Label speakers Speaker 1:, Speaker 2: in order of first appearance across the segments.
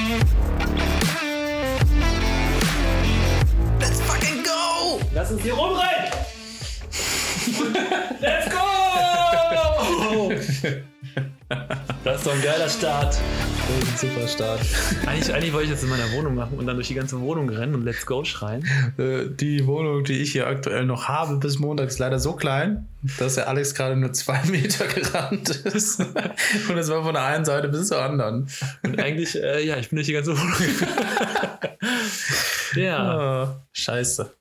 Speaker 1: Das ist doch ein geiler Start.
Speaker 2: Das ist ein super Start.
Speaker 1: Eigentlich, eigentlich wollte ich das in meiner Wohnung machen und dann durch die ganze Wohnung rennen und Let's Go schreien.
Speaker 2: Äh, Die Wohnung, die ich hier aktuell noch habe bis Montag, ist leider so klein, dass der Alex gerade nur zwei Meter gerannt ist. Und das war von der einen Seite bis zur anderen.
Speaker 1: Und eigentlich, äh, ja, ich bin durch die ganze Wohnung. ja.
Speaker 2: Ah, scheiße.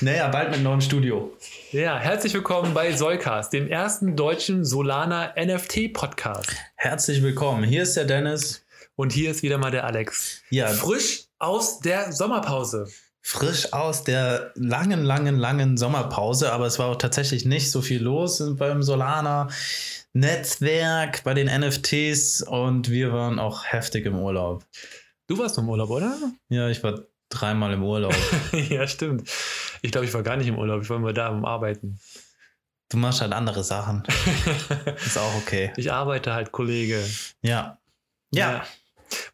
Speaker 2: Naja, bald mit neuem Studio.
Speaker 1: ja, herzlich willkommen bei Solcast, dem ersten deutschen Solana NFT Podcast.
Speaker 2: Herzlich willkommen. Hier ist der Dennis.
Speaker 1: Und hier ist wieder mal der Alex.
Speaker 2: Ja,
Speaker 1: Frisch aus der Sommerpause.
Speaker 2: frisch aus der langen, langen, langen Sommerpause, aber es war auch tatsächlich nicht so viel los beim Solana. Netzwerk bei den NFTs und wir waren auch heftig im Urlaub.
Speaker 1: Du warst im Urlaub, oder?
Speaker 2: Ja, ich war dreimal im Urlaub.
Speaker 1: ja, stimmt. Ich glaube, ich war gar nicht im Urlaub. Ich war immer da am Arbeiten.
Speaker 2: Du machst halt andere Sachen. Ist auch okay.
Speaker 1: ich arbeite halt, Kollege.
Speaker 2: Ja. Ja.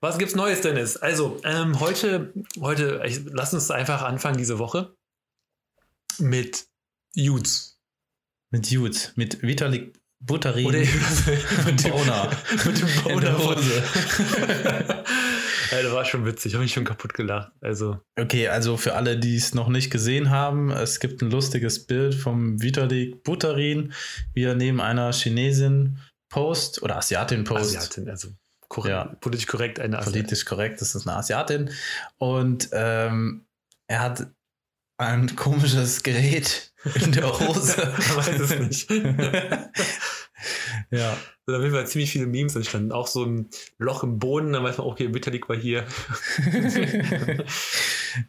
Speaker 1: Was gibt's Neues, Dennis? Also, ähm, heute, heute, ich, lass uns einfach anfangen diese Woche mit Jutes.
Speaker 2: Mit Jude, mit Vitalik Buterin
Speaker 1: Oder mit dem
Speaker 2: Boner.
Speaker 1: Mit dem
Speaker 2: in der
Speaker 1: Boner.
Speaker 2: Hose.
Speaker 1: ja, das war schon witzig. Habe ich schon kaputt gelacht. Also,
Speaker 2: Okay, also für alle, die es noch nicht gesehen haben, es gibt ein lustiges Bild vom Vitalik Buterin, wie er neben einer Chinesin post oder Asiatin post.
Speaker 1: Asiatin, also korrekt,
Speaker 2: Ja.
Speaker 1: politisch korrekt eine Asiatin.
Speaker 2: politisch korrekt, das ist eine Asiatin. Und ähm, er hat ein komisches Gerät in der Hose.
Speaker 1: Man weiß es nicht.
Speaker 2: ja.
Speaker 1: Da sind wir ziemlich viele Memes entstanden. Auch so ein Loch im Boden, dann weiß man, okay, Vitalik war hier.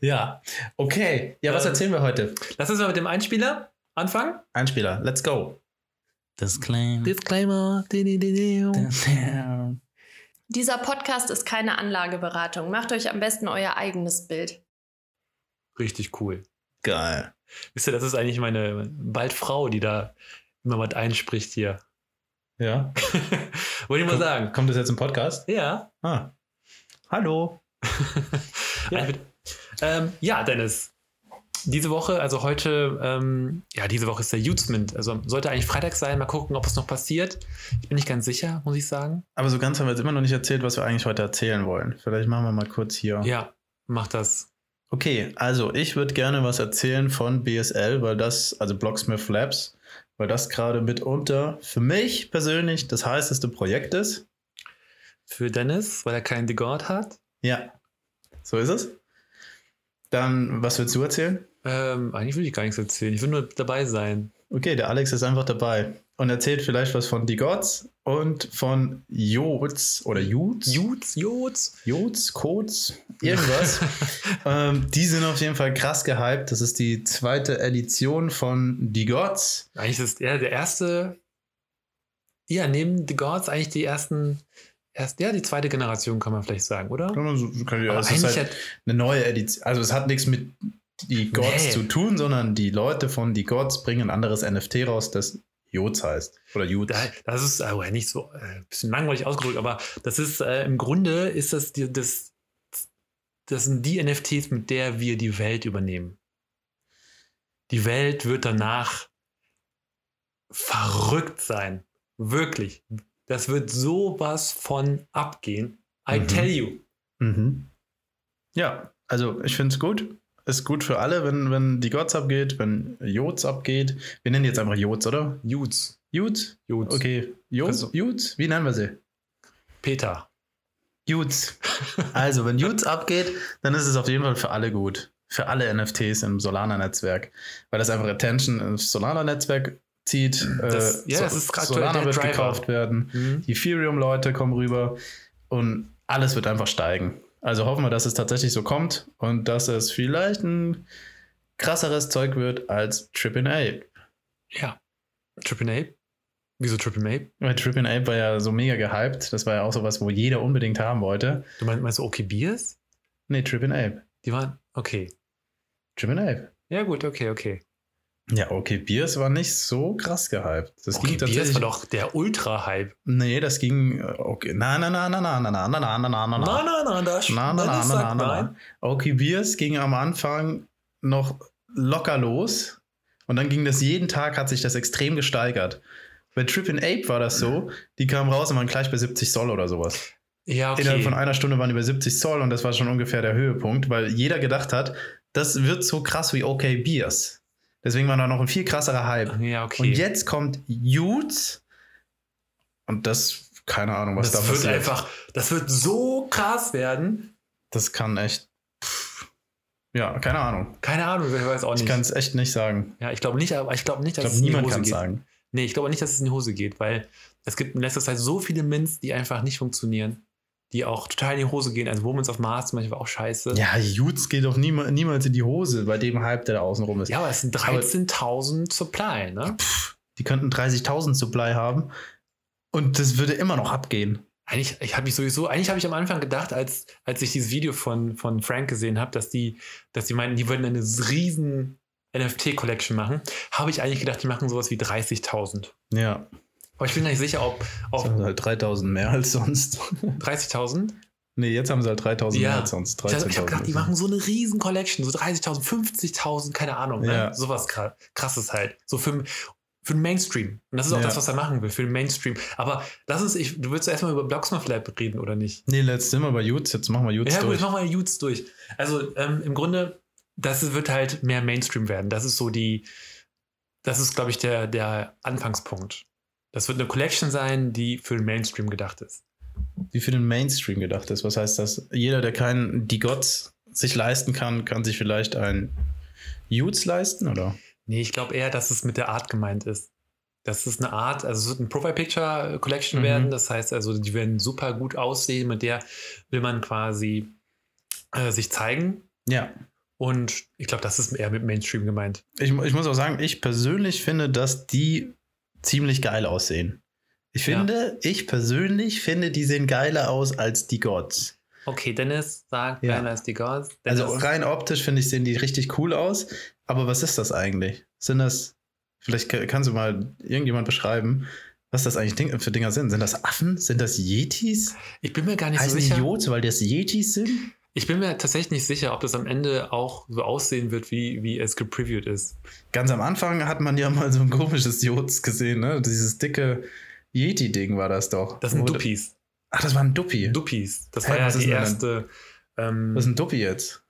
Speaker 2: ja, okay. Ja, was
Speaker 1: Ähm,
Speaker 2: erzählen wir heute?
Speaker 1: Lass uns mal mit dem Einspieler anfangen.
Speaker 2: Einspieler, let's go. Disclaimer.
Speaker 1: Disclaimer.
Speaker 3: Dieser Podcast ist keine Anlageberatung. Macht euch am besten euer eigenes Bild.
Speaker 1: Richtig cool.
Speaker 2: Geil.
Speaker 1: Wisst ihr, das ist eigentlich meine bald Frau, die da immer was einspricht hier.
Speaker 2: Ja.
Speaker 1: Wollte ich mal
Speaker 2: Komm-
Speaker 1: sagen.
Speaker 2: Kommt das jetzt im Podcast?
Speaker 1: Ja.
Speaker 2: Ah. Hallo.
Speaker 1: Ja, ich bin- ähm, ja Dennis. Diese Woche, also heute, ähm, ja, diese Woche ist der Judgment. Also sollte eigentlich Freitag sein. Mal gucken, ob es noch passiert. Ich bin nicht ganz sicher, muss ich sagen.
Speaker 2: Aber so ganz haben wir jetzt immer noch nicht erzählt, was wir eigentlich heute erzählen wollen. Vielleicht machen wir mal kurz hier.
Speaker 1: Ja, mach das.
Speaker 2: Okay, also ich würde gerne was erzählen von BSL, weil das, also Blocksmith Labs, weil das gerade mitunter für mich persönlich das heißeste Projekt ist.
Speaker 1: Für Dennis, weil er keinen The God hat.
Speaker 2: Ja. So ist es. Dann, was willst du erzählen?
Speaker 1: Ähm, eigentlich will ich gar nichts erzählen. Ich will nur dabei sein.
Speaker 2: Okay, der Alex ist einfach dabei und erzählt vielleicht was von Die Gods und von Jods oder Juds.
Speaker 1: Juts, Juts.
Speaker 2: Jods, Codes, irgendwas. ähm, die sind auf jeden Fall krass gehypt. Das ist die zweite Edition von Die Gods.
Speaker 1: Eigentlich ist er der erste, ja, neben The Gods eigentlich die ersten, erst, ja, die zweite Generation, kann man vielleicht sagen, oder?
Speaker 2: Kann man so- kann ich-
Speaker 1: Aber
Speaker 2: also es ist
Speaker 1: eigentlich
Speaker 2: halt
Speaker 1: hat,
Speaker 2: eine neue Edition. Also es hat nichts mit Die Gods
Speaker 1: Nee.
Speaker 2: zu tun, sondern die Leute von Die Gods bringen ein anderes NFT raus, das Jods heißt. Oder Juds.
Speaker 1: da- das ist aber nicht so, äh, ein bisschen langweilig ausgedrückt, aber das ist, äh, im Grunde ist das, die, das, das sind die NFTs, mit der wir die Welt übernehmen. Die Welt wird danach verrückt sein. Wirklich. Das wird sowas von abgehen. I
Speaker 2: Mhm.
Speaker 1: tell you.
Speaker 2: Mhm. Ja, also ich finde es gut. Ist gut für alle, wenn, wenn die Gods abgeht, wenn Jods abgeht. Wir nennen die jetzt einfach Jods, oder?
Speaker 1: Jutes.
Speaker 2: Juds?
Speaker 1: Jutes.
Speaker 2: Okay.
Speaker 1: Kannst
Speaker 2: Jods? Also-
Speaker 1: du-
Speaker 2: Juds? Wie nennen wir sie?
Speaker 1: Peter.
Speaker 2: Juts. Also, wenn Juts abgeht, dann ist es auf jeden Fall für alle gut. Für alle NFTs im Solana-Netzwerk. Weil das einfach Attention ins Solana-Netzwerk zieht. äh,
Speaker 1: Das- ja, das ist gerade
Speaker 2: Solana
Speaker 1: der
Speaker 2: wird
Speaker 1: Driver.
Speaker 2: gekauft werden. Die Ethereum-Leute kommen rüber. Und alles wird einfach steigen. Also hoffen wir, dass es tatsächlich so kommt und dass es vielleicht ein krasseres Zeug wird als Trippin' Ape.
Speaker 1: Ja. Triple Ape. Wieso Triple Ape?
Speaker 2: Weil Trippin' Ape war ja so mega gehypt. Das war ja auch sowas, wo jeder unbedingt haben wollte.
Speaker 1: Du meinst, meinst du okay Beers?
Speaker 2: Nee, Trippin' Ape.
Speaker 1: Die waren okay.
Speaker 2: Trippin' Ape.
Speaker 1: Ja gut, okay, okay.
Speaker 2: Ja, okay, Biers war nicht so krass gehypt. Das
Speaker 1: okay
Speaker 2: ging
Speaker 1: Beers
Speaker 2: tatsächlich.
Speaker 1: war doch der Ultra-Hype.
Speaker 2: nee, das ging. äh, Okay. Na, na, na, na, na, na, na, na, na, na, na, na, na,
Speaker 1: nein, nein, das
Speaker 2: na, na, na, na, na, na. Okay, Biers ging am Anfang noch locker los. Und dann ging das jeden Tag, hat sich das extrem gesteigert. Bei Trippin' Ape war das so. Die kamen raus und waren gleich bei 70 Soll oder sowas.
Speaker 1: Ja,
Speaker 2: Innerhalb von
Speaker 1: okay.
Speaker 2: einer Stunde waren die bei 70 Soll und das war schon ungefähr der Höhepunkt, weil jeder gedacht hat, das wird so krass wie OK Beers. Deswegen war da noch ein viel krasserer Hype.
Speaker 1: Ja, okay.
Speaker 2: Und jetzt kommt Utes und das, keine Ahnung, was
Speaker 1: das
Speaker 2: da
Speaker 1: wird
Speaker 2: passiert.
Speaker 1: einfach, das wird so krass werden.
Speaker 2: das kann echt. pff. Ja, keine Ahnung.
Speaker 1: Keine Ahnung, ich weiß auch
Speaker 2: Ich
Speaker 1: nicht.
Speaker 2: kann es echt nicht sagen.
Speaker 1: ja, ich glaube nicht, aber ich glaube nicht,
Speaker 2: Ich
Speaker 1: dass
Speaker 2: glaube,
Speaker 1: es in die
Speaker 2: niemand
Speaker 1: Hose
Speaker 2: kann es
Speaker 1: geht.
Speaker 2: sagen.
Speaker 1: Nee, ich glaube nicht, dass es in die Hose geht, weil es gibt in letzter Zeit so viele Mints, die einfach nicht funktionieren, die auch total in die Hose gehen. Also Womans of Mars zum Beispiel war auch scheiße.
Speaker 2: Ja, Jutes geht doch niema- niemals in die Hose bei dem Hype, der da außen rum ist.
Speaker 1: Ja, aber es sind
Speaker 2: Aber-
Speaker 1: 13.000 Supply, ne?
Speaker 2: Die könnten 30.000 Supply haben und das würde immer noch abgehen.
Speaker 1: Eigentlich, ich habe mich sowieso, eigentlich habe ich am Anfang gedacht, als, als ich dieses Video von, von Frank gesehen habe, dass die, dass die meinten, die würden eine riesen NFT-Collection machen, habe ich eigentlich gedacht, die machen sowas wie 30.000.
Speaker 2: Ja,
Speaker 1: Aber ich bin nicht sicher, ob,
Speaker 2: jetzt
Speaker 1: ob
Speaker 2: haben sie halt 3.000 mehr als sonst.
Speaker 1: 30.000
Speaker 2: nee, jetzt haben sie halt 3.000
Speaker 1: Ja.
Speaker 2: mehr als sonst.
Speaker 1: Ich hab- ich habe gedacht, die
Speaker 2: 13.000.
Speaker 1: machen so eine riesen Collection, so 30.000, 50.000, keine Ahnung.
Speaker 2: Ja.
Speaker 1: Ne? Sowas kra- krasses halt. So für, für den Mainstream. Und das ist auch
Speaker 2: Ja.
Speaker 1: das, was er machen will, für den Mainstream. Aber lass uns, ich, du willst ja erstmal über Blocksmith Lab reden, oder nicht?
Speaker 2: Nee, letztes sind wir bei Jutes, jetzt machen wir Jutes
Speaker 1: ja, gut,
Speaker 2: durch.
Speaker 1: ich mach mal Jutes durch. Also ähm, im Grunde, das wird halt mehr Mainstream werden. Das ist so die, das ist, glaube ich, der, der Anfangspunkt. Das wird eine Collection sein, die für den Mainstream gedacht ist.
Speaker 2: Wie für den Mainstream gedacht ist. Was heißt das? Jeder, der keinen Die Gods sich leisten kann, kann sich vielleicht ein Jutes leisten, oder?
Speaker 1: Nee, ich glaube eher, dass es mit der Art gemeint ist. Das ist eine Art, also es wird ein Profile-Picture-Collection
Speaker 2: Mhm.
Speaker 1: werden. Das heißt also, die werden super gut aussehen. Mit der will man quasi äh, sich zeigen.
Speaker 2: Ja.
Speaker 1: Und ich glaube, das ist eher mit Mainstream gemeint.
Speaker 2: Ich, mu- ich muss auch sagen, ich persönlich finde, dass die ziemlich geil aussehen. Ich
Speaker 1: Ja.
Speaker 2: finde, ich persönlich finde, die sehen geiler aus als die Gods.
Speaker 1: Okay, Dennis sagt,
Speaker 2: Ja.
Speaker 1: ja. ist die Gods. Dennis,
Speaker 2: Also rein optisch finde ich, sehen die richtig cool aus. Aber was ist das eigentlich? Sind das, vielleicht ka- kannst du mal irgendjemand beschreiben, was das eigentlich Ding, für Dinger sind? Sind das Affen? Sind das Yetis?
Speaker 1: ich bin mir gar nicht so
Speaker 2: Heißen die
Speaker 1: sicher.
Speaker 2: Jote, weil das Yetis sind?
Speaker 1: Ich bin mir tatsächlich nicht sicher, ob das am Ende auch so aussehen wird, wie, wie es gepreviewt ist.
Speaker 2: Ganz am Anfang hat man ja mal so ein komisches Jots gesehen, ne? Dieses dicke Yeti-Ding war das doch.
Speaker 1: Das sind
Speaker 2: Wo-
Speaker 1: Duppies.
Speaker 2: Ach, das war ein Duppi.
Speaker 1: Duppies. Das
Speaker 2: Hä,
Speaker 1: war ja
Speaker 2: was ist
Speaker 1: die
Speaker 2: denn dann?
Speaker 1: erste. Ähm,
Speaker 2: Was ist ein Duppi jetzt?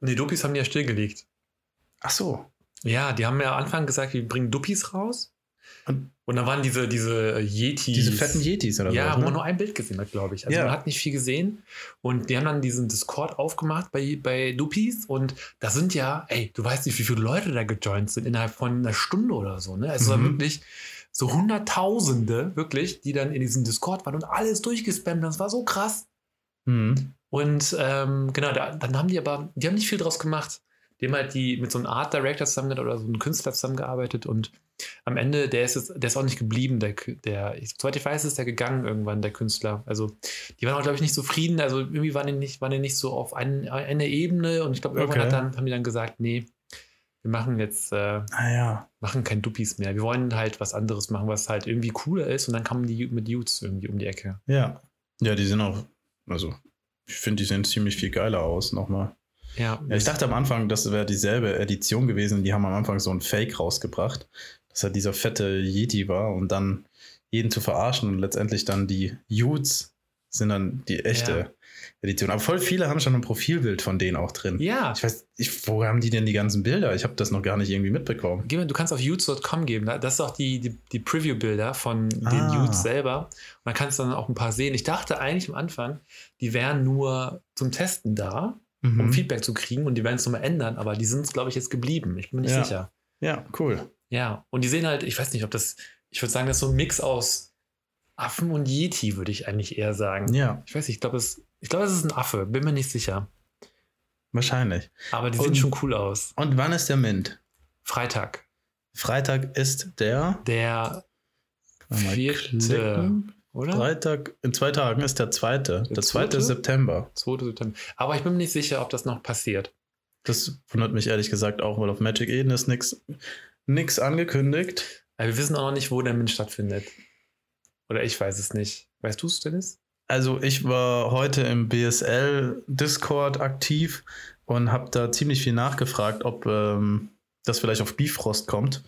Speaker 1: nee, Duppies haben die ja stillgelegt.
Speaker 2: Ach so.
Speaker 1: Ja, die haben ja am Anfang gesagt, wir bringen Duppies raus.
Speaker 2: Und-
Speaker 1: Und, dann waren diese, diese äh, Yetis.
Speaker 2: Diese fetten Yetis oder
Speaker 1: Ja,
Speaker 2: sowas,
Speaker 1: wo
Speaker 2: ne?
Speaker 1: man nur ein Bild gesehen hat, glaube ich. Also
Speaker 2: Ja.
Speaker 1: man hat nicht viel gesehen. Und die haben dann diesen Discord aufgemacht bei, bei Duppies. Und da sind ja, ey, du weißt nicht, wie viele Leute da gejoint sind innerhalb von einer Stunde oder so. Ne? Also
Speaker 2: Mhm.
Speaker 1: wirklich so Hunderttausende, wirklich, die dann in diesem Discord waren und alles durchgespammt. haben. Das war so krass.
Speaker 2: Mhm.
Speaker 1: Und ähm, genau, da, dann haben die aber, die haben nicht viel draus gemacht. Die haben halt die mit so einem Art Director zusammengearbeitet oder so einem Künstler zusammengearbeitet und am Ende, der ist jetzt, der ist auch nicht geblieben, der, K- der ich, soweit ich weiß, ist der gegangen irgendwann, der Künstler. Also die waren auch, glaube ich, nicht zufrieden, also irgendwie waren die nicht, waren die nicht so auf ein, einer Ebene und ich glaube, irgendwann
Speaker 2: Okay.
Speaker 1: hat dann, haben die dann gesagt, nee, wir machen jetzt, äh,
Speaker 2: Ah ja.
Speaker 1: machen kein Duppies mehr. Wir wollen halt was anderes machen, was halt irgendwie cooler ist und dann kamen die mit Utes irgendwie um die Ecke.
Speaker 2: Ja. Ja, die sind auch, also, ich finde, die sehen ziemlich viel geiler aus nochmal.
Speaker 1: Ja,
Speaker 2: Ja, ich dachte am Anfang, das wäre dieselbe Edition gewesen. Die haben am Anfang so ein Fake rausgebracht, dass er dieser fette Yeti war und dann jeden zu verarschen und letztendlich dann die Jutes sind dann die echte
Speaker 1: Ja.
Speaker 2: Edition. Aber voll viele haben schon ein Profilbild von denen auch drin.
Speaker 1: ja.
Speaker 2: Ich weiß, ich, wo haben die denn die ganzen Bilder? Ich habe das noch gar nicht irgendwie mitbekommen.
Speaker 1: Geh mal, du kannst auf youths.com geben. da- ne? Das ist auch die, die, die Preview-Bilder von den
Speaker 2: Ah.
Speaker 1: Youths selber. Und da kannst du dann auch ein paar sehen. Ich dachte eigentlich am Anfang, die wären nur zum Testen da, um
Speaker 2: Mhm.
Speaker 1: Feedback zu kriegen und die werden es nochmal ändern, aber die sind es, glaube ich, jetzt geblieben. Ich bin mir nicht
Speaker 2: Ja.
Speaker 1: sicher.
Speaker 2: Ja, cool.
Speaker 1: Ja. Und die sehen halt, ich weiß nicht, ob das, ich würde sagen, das ist so ein Mix aus Affen und Yeti, würde ich eigentlich eher sagen.
Speaker 2: Ja,
Speaker 1: Ich weiß nicht, ich glaube, es, ich glaube, es ist ein Affe, bin mir nicht sicher.
Speaker 2: wahrscheinlich.
Speaker 1: Aber die
Speaker 2: Und-
Speaker 1: sehen schon cool aus.
Speaker 2: Und wann ist der Mint?
Speaker 1: Freitag.
Speaker 2: Freitag ist der.
Speaker 1: Der,
Speaker 2: Mal
Speaker 1: Vierte.
Speaker 2: klicken.
Speaker 1: oder?
Speaker 2: Freitag, in zwei Tagen ist der zweite. Der,
Speaker 1: Der
Speaker 2: zweite
Speaker 1: zweite?
Speaker 2: September.
Speaker 1: 2. September. Aber ich bin mir nicht sicher, ob das noch passiert.
Speaker 2: Das wundert mich ehrlich gesagt auch, weil auf Magic Eden ist nichts nix angekündigt.
Speaker 1: Aber wir wissen auch noch nicht, wo der Mint stattfindet. Oder ich weiß es nicht. Weißt du es, Dennis?
Speaker 2: Also ich war heute im BSL Discord aktiv und habe da ziemlich viel nachgefragt, ob ähm, das vielleicht auf Bifrost kommt.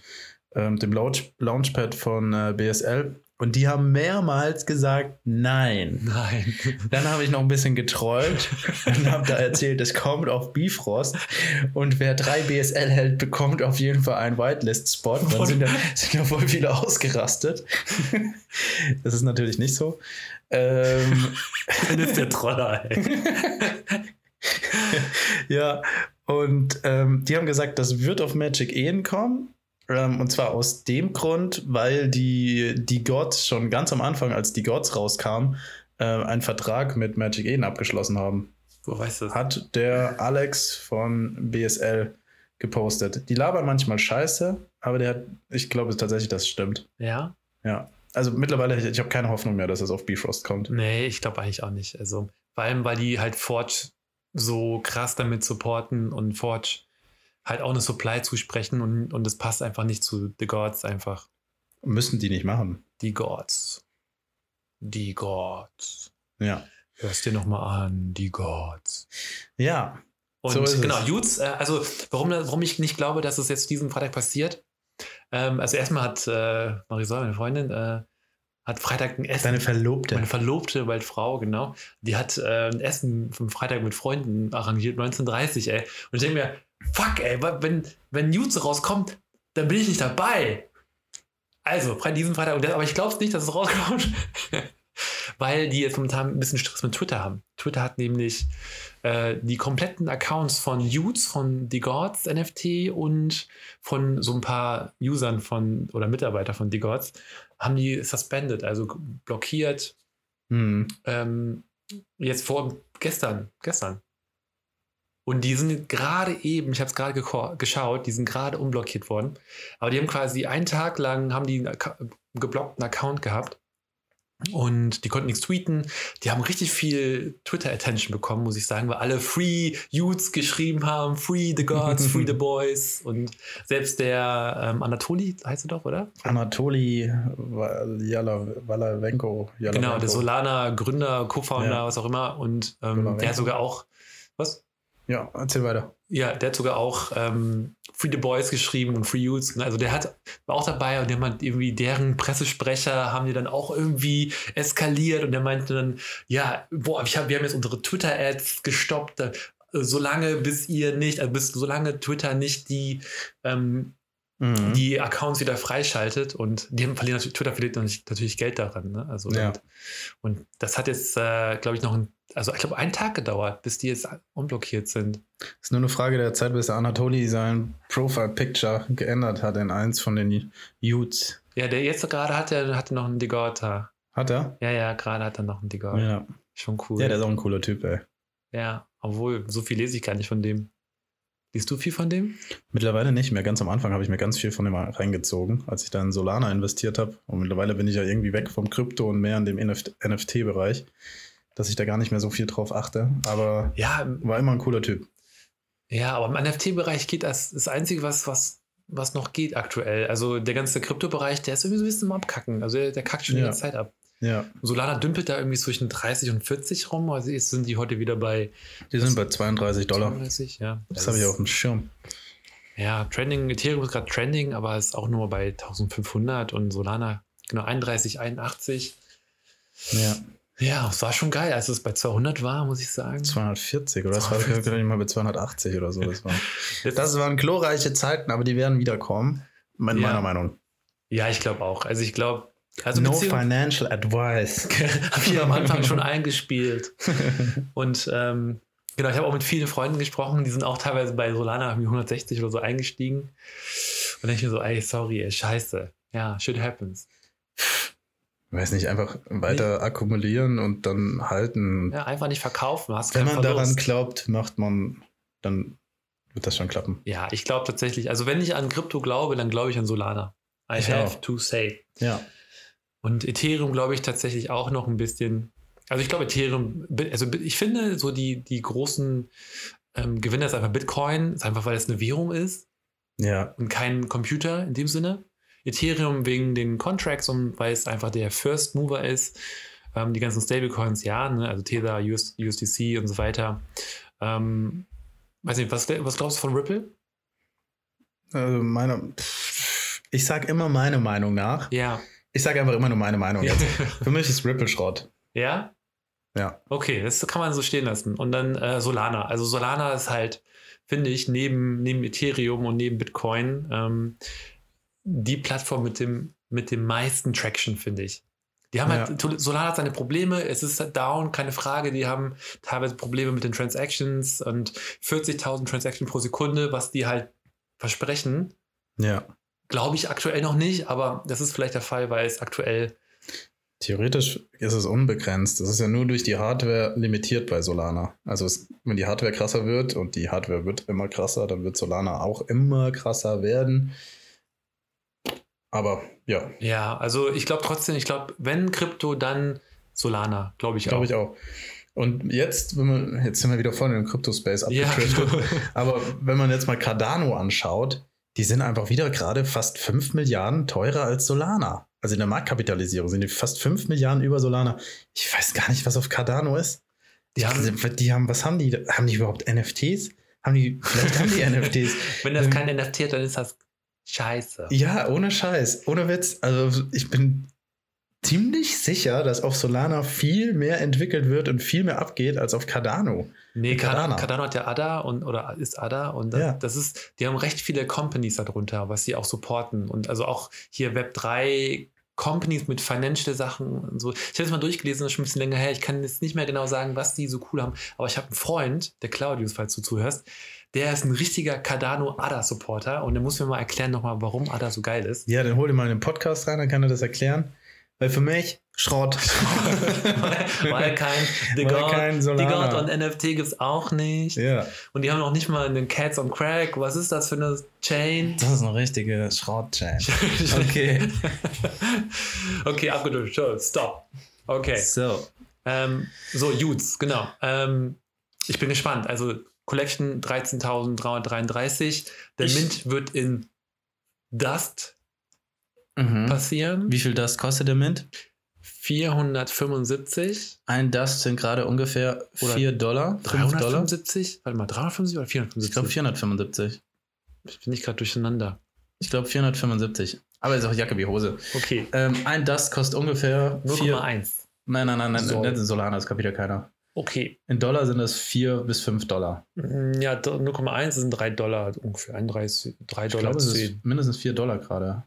Speaker 2: ähm, dem Launch Launchpad von äh, BSL. Und die haben mehrmals gesagt, nein.
Speaker 1: Nein.
Speaker 2: Dann habe ich noch ein bisschen geträumt und habe da erzählt, es kommt auf Bifrost und wer drei BSL hält, bekommt auf jeden Fall einen Whitelist-Spot. Dann sind da, sind da wohl viele ausgerastet. Das ist natürlich nicht so. Ähm,
Speaker 1: Dann ist der Troller, ey.
Speaker 2: ja, und ähm, die haben gesagt, das wird auf Magic Eden kommen. Ähm, und zwar aus dem Grund, weil die, die Gods schon ganz am Anfang, als die Gods rauskamen, äh, einen Vertrag mit Magic Eden abgeschlossen haben.
Speaker 1: Wo weißt du das?
Speaker 2: hat der Alex von BSL gepostet. Die labern manchmal scheiße, aber der hat, ich glaube tatsächlich, das stimmt.
Speaker 1: Ja?
Speaker 2: Ja. Also mittlerweile, ich, ich habe keine Hoffnung mehr, dass es auf Bifrost kommt.
Speaker 1: Nee, ich glaube eigentlich auch nicht. Also, vor allem, weil die halt Forge so krass damit supporten und Forge halt auch eine Supply zusprechen und, und das passt einfach nicht zu The Gods einfach.
Speaker 2: Müssen die nicht machen.
Speaker 1: Die Gods. Die Gods.
Speaker 2: Ja.
Speaker 1: Hörst dir nochmal an, die Gods.
Speaker 2: Ja.
Speaker 1: Und
Speaker 2: So ist es.
Speaker 1: genau, Jutes, äh, also warum, warum ich nicht glaube, dass es jetzt diesen Freitag passiert. Ähm, also erstmal hat äh, Marisol, meine Freundin, äh, hat Freitag ein Essen.
Speaker 2: Deine
Speaker 1: meine
Speaker 2: Verlobte.
Speaker 1: Verlobte, bald Frau, genau. Die hat äh, ein Essen vom Freitag mit Freunden arrangiert, 1930, ey. Und ich denke mir, fuck, ey, wa- wenn, wenn News rauskommt, dann bin ich nicht dabei. Also, Fre- diesen Freitag, und der- aber ich glaube es nicht, dass es rauskommt. Weil die jetzt momentan ein bisschen Stress mit Twitter haben. Twitter hat nämlich äh, die kompletten Accounts von Utes, von The Gods NFT und von so ein paar Usern von oder Mitarbeiter von The Gods haben die suspended, also g- blockiert.
Speaker 2: Hm.
Speaker 1: Ähm, jetzt vor gestern, gestern. Und die sind gerade eben, ich habe es gerade geko- geschaut, die sind gerade unblockiert worden. Aber die haben quasi einen Tag lang haben die einen Acc- geblockten Account gehabt und die konnten nichts tweeten. Die haben richtig viel Twitter-Attention bekommen, muss ich sagen, weil alle Free Youths geschrieben haben, Free the Gods, Free the Boys und selbst der ähm, Anatoli heißt er doch, oder?
Speaker 2: Anatoli Wa- Jala- Walawenko. Jalawenko.
Speaker 1: Genau, der Solana-Gründer, Co-Founder,
Speaker 2: Ja.
Speaker 1: was auch immer. Und ähm,
Speaker 2: Genau,
Speaker 1: der
Speaker 2: ja.
Speaker 1: hat sogar auch, was?
Speaker 2: Ja, erzähl weiter.
Speaker 1: Ja, der hat sogar auch ähm, Free the Boys geschrieben und Free Youths. Also der hat, war auch dabei und der meint irgendwie, deren Pressesprecher haben die dann auch irgendwie eskaliert und der meinte dann, ja, boah, ich hab, wir haben jetzt unsere Twitter-Ads gestoppt, äh, solange bis ihr nicht, also bis solange Twitter nicht die ähm,
Speaker 2: Mhm.
Speaker 1: die Accounts wieder freischaltet und die haben- verlieren natürlich, Twitter verliert natürlich- natürlich Geld daran. Ne? Also
Speaker 2: Ja.
Speaker 1: und, und das hat jetzt, äh, glaube ich, noch ein, also ich glaube, einen Tag gedauert, bis die jetzt unblockiert sind.
Speaker 2: Ist nur eine Frage der Zeit, bis der Anatoli sein Profile-Picture geändert hat in eins von den Utes.
Speaker 1: Ja, der jetzt gerade hat er hatte noch einen Degorta.
Speaker 2: Hat er?
Speaker 1: Ja, ja, gerade hat er noch einen Degorta.
Speaker 2: Ja.
Speaker 1: Schon cool.
Speaker 2: Ja,
Speaker 1: Ja,
Speaker 2: der ist auch ein cooler Typ, ey.
Speaker 1: obwohl, so viel lese ich gar nicht von dem. Liest du viel von dem?
Speaker 2: Mittlerweile nicht mehr. Ganz am Anfang habe ich mir ganz viel von dem reingezogen, als ich dann in Solana investiert habe. Und mittlerweile bin ich ja irgendwie weg vom Krypto und mehr in dem NFT-Bereich, dass ich da gar nicht mehr so viel drauf achte. Aber
Speaker 1: Ja, im-
Speaker 2: war immer ein cooler Typ.
Speaker 1: Ja, aber im NFT-Bereich geht das, das Einzige, was, was, was noch geht aktuell. Also der ganze Kryptobereich, der ist irgendwie so ein bisschen am Abkacken. Also der, der kackt schon die
Speaker 2: Ja.
Speaker 1: ganze Zeit ab.
Speaker 2: Ja,
Speaker 1: Solana dümpelt da irgendwie zwischen 30 und 40 rum. Also jetzt sind die heute wieder bei
Speaker 2: die sind bei 32 Dollar.
Speaker 1: 32, ja.
Speaker 2: Das habe ich auf dem Schirm.
Speaker 1: Ja, Trending, Ethereum ist gerade Trending, aber ist auch nur bei 1500 und Solana, genau, 31, 81.
Speaker 2: Ja,
Speaker 1: Ja, es war schon geil, als es bei 200 war, muss ich sagen.
Speaker 2: 240 oder das war ich nicht mal bei 280 oder so. Das, war.
Speaker 1: Jetzt-
Speaker 2: das waren glorreiche Zeiten, aber die werden wiederkommen. Mein,
Speaker 1: Ja.
Speaker 2: Meiner Meinung.
Speaker 1: Ja, ich glaube auch. Also ich glaube, also
Speaker 2: no
Speaker 1: Beziehung-
Speaker 2: financial advice.
Speaker 1: habe ich am Anfang schon eingespielt. Und ähm, genau, ich habe auch mit vielen Freunden gesprochen, die sind auch teilweise bei Solana irgendwie 160 oder so eingestiegen. Und dann ich mir so, ey, sorry, ey, scheiße. Ja, shit happens.
Speaker 2: Weiß nicht, einfach weiter akkumulieren und dann halten.
Speaker 1: Ja, einfach nicht verkaufen, hast
Speaker 2: Wenn
Speaker 1: keinen
Speaker 2: man daran
Speaker 1: Verlust.
Speaker 2: glaubt, macht man, dann wird das schon klappen.
Speaker 1: ja, ich glaube tatsächlich, also wenn ich an Krypto glaube, dann glaube ich an Solana. I
Speaker 2: Ich
Speaker 1: have
Speaker 2: auch.
Speaker 1: to say.
Speaker 2: Ja.
Speaker 1: Und Ethereum glaube ich tatsächlich auch noch ein bisschen. Also ich glaube Ethereum, also ich finde so die, die großen ähm, Gewinner ist einfach Bitcoin, ist einfach weil es eine Währung ist.
Speaker 2: Ja.
Speaker 1: und kein Computer in dem Sinne. Ethereum wegen den Contracts und weil es einfach der First Mover ist. Ähm, die ganzen Stablecoins, ja, ne? also Tether, US, USDC und so weiter. Ähm, weiß nicht, was, was glaubst du von Ripple?
Speaker 2: Also meiner. pff, Ich sage immer meine Meinung nach.
Speaker 1: Ja.
Speaker 2: Ich sage einfach immer nur meine Meinung jetzt. Für mich ist Ripple Schrott.
Speaker 1: ja?
Speaker 2: Ja.
Speaker 1: Okay, das kann man so stehen lassen. Und dann äh, Solana. Also Solana ist halt, finde ich, neben, neben Ethereum und neben Bitcoin ähm, die Plattform mit dem, mit dem meisten Traction, finde ich. Die haben halt, Solana hat seine Probleme, es ist halt down, keine Frage. Die haben teilweise Probleme mit den Transactions und 40.000 Transactions pro Sekunde, was die halt versprechen.
Speaker 2: Ja.
Speaker 1: Glaube ich aktuell noch nicht, aber das ist vielleicht der Fall, weil es aktuell
Speaker 2: Theoretisch ist es unbegrenzt. Das ist ja nur durch die Hardware limitiert bei Solana. Also es, wenn die Hardware krasser wird und die Hardware wird immer krasser, dann wird Solana auch immer krasser werden. Aber ja,
Speaker 1: Ja, also ich glaube trotzdem, ich glaube, wenn Krypto, dann Solana, glaube ich
Speaker 2: glaube
Speaker 1: auch.
Speaker 2: ich auch. Und jetzt, wenn man, jetzt sind wir wieder voll in den Crypto-Space
Speaker 1: ja. genau.
Speaker 2: abgedriftet. Aber wenn man jetzt mal Cardano anschaut, die sind einfach wieder gerade fast 5 Milliarden teurer als Solana. Also in der Marktkapitalisierung sind die fast 5 Milliarden über Solana. Ich weiß gar nicht, was auf Cardano ist.
Speaker 1: Die haben,
Speaker 2: die haben was haben die? da? Haben die überhaupt NFTs? Haben die, vielleicht haben die NFTs.
Speaker 1: wenn das kein NFT hat, dann ist das scheiße.
Speaker 2: Ja, ohne Scheiß, ohne Witz. Also ich bin ziemlich sicher, dass auf Solana viel mehr entwickelt wird und viel mehr abgeht als auf Cardano.
Speaker 1: Nee,
Speaker 2: Cardano.
Speaker 1: Cardano. Cardano hat ja ADA und oder ist ADA und das,
Speaker 2: Ja.
Speaker 1: das ist, die haben recht viele Companies darunter, was sie auch supporten. Und also auch hier Web 3 Companies mit Financial Sachen und so. Ich habe es mal durchgelesen, das ist schon ein bisschen länger her. Ich kann jetzt nicht mehr genau sagen, was die so cool haben, aber ich habe einen Freund, der Claudius, falls du zuhörst, der ist ein richtiger Cardano ADA Supporter und der muss mir mal erklären nochmal, warum ADA so geil ist.
Speaker 2: Ja, dann hol dir mal einen Podcast rein, dann kann er das erklären. Weil für mich Schrott.
Speaker 1: weil, weil kein
Speaker 2: Weil
Speaker 1: The God,
Speaker 2: kein
Speaker 1: The
Speaker 2: Solana.
Speaker 1: God und NFT gibt es auch nicht.
Speaker 2: ja,
Speaker 1: Und die haben noch nicht mal einen Cats on Crack. Was ist das für eine Chain?
Speaker 2: das ist eine richtige Schrottchain. Okay.
Speaker 1: okay, abgedrückt. So, Stop. Okay.
Speaker 2: So.
Speaker 1: Ähm, so, Jutes, genau. Ähm, ich bin gespannt. Also, Collection 13.333. Der
Speaker 2: Ich-
Speaker 1: Mint wird in Dust
Speaker 2: Mhm.
Speaker 1: passieren.
Speaker 2: Wie viel Dust kostet der Mint?
Speaker 1: 475.
Speaker 2: Ein Dust sind gerade ungefähr
Speaker 1: Oder
Speaker 2: 4 Dollar, 5 Dollar.
Speaker 1: 375? Warte mal, 375 oder
Speaker 2: Ich glaube
Speaker 1: 475?
Speaker 2: 475.
Speaker 1: Ich bin nicht gerade durcheinander.
Speaker 2: Ich glaube 475. Aber ist auch Jacke wie Hose.
Speaker 1: Okay,
Speaker 2: Ähm, ein Dust kostet ungefähr 4.
Speaker 1: 0,1.
Speaker 2: Nein, nein, nein, nein,
Speaker 1: Soll.
Speaker 2: nicht in Solana, das kapiert ja keiner.
Speaker 1: Okay.
Speaker 2: In Dollar sind das 4 bis 5 Dollar.
Speaker 1: Mm, Ja, do- 0,1 sind 3 Dollar, ungefähr 31, 3
Speaker 2: Ich
Speaker 1: Dollar
Speaker 2: glaube, es
Speaker 1: 10.
Speaker 2: ist mindestens 4 Dollar gerade.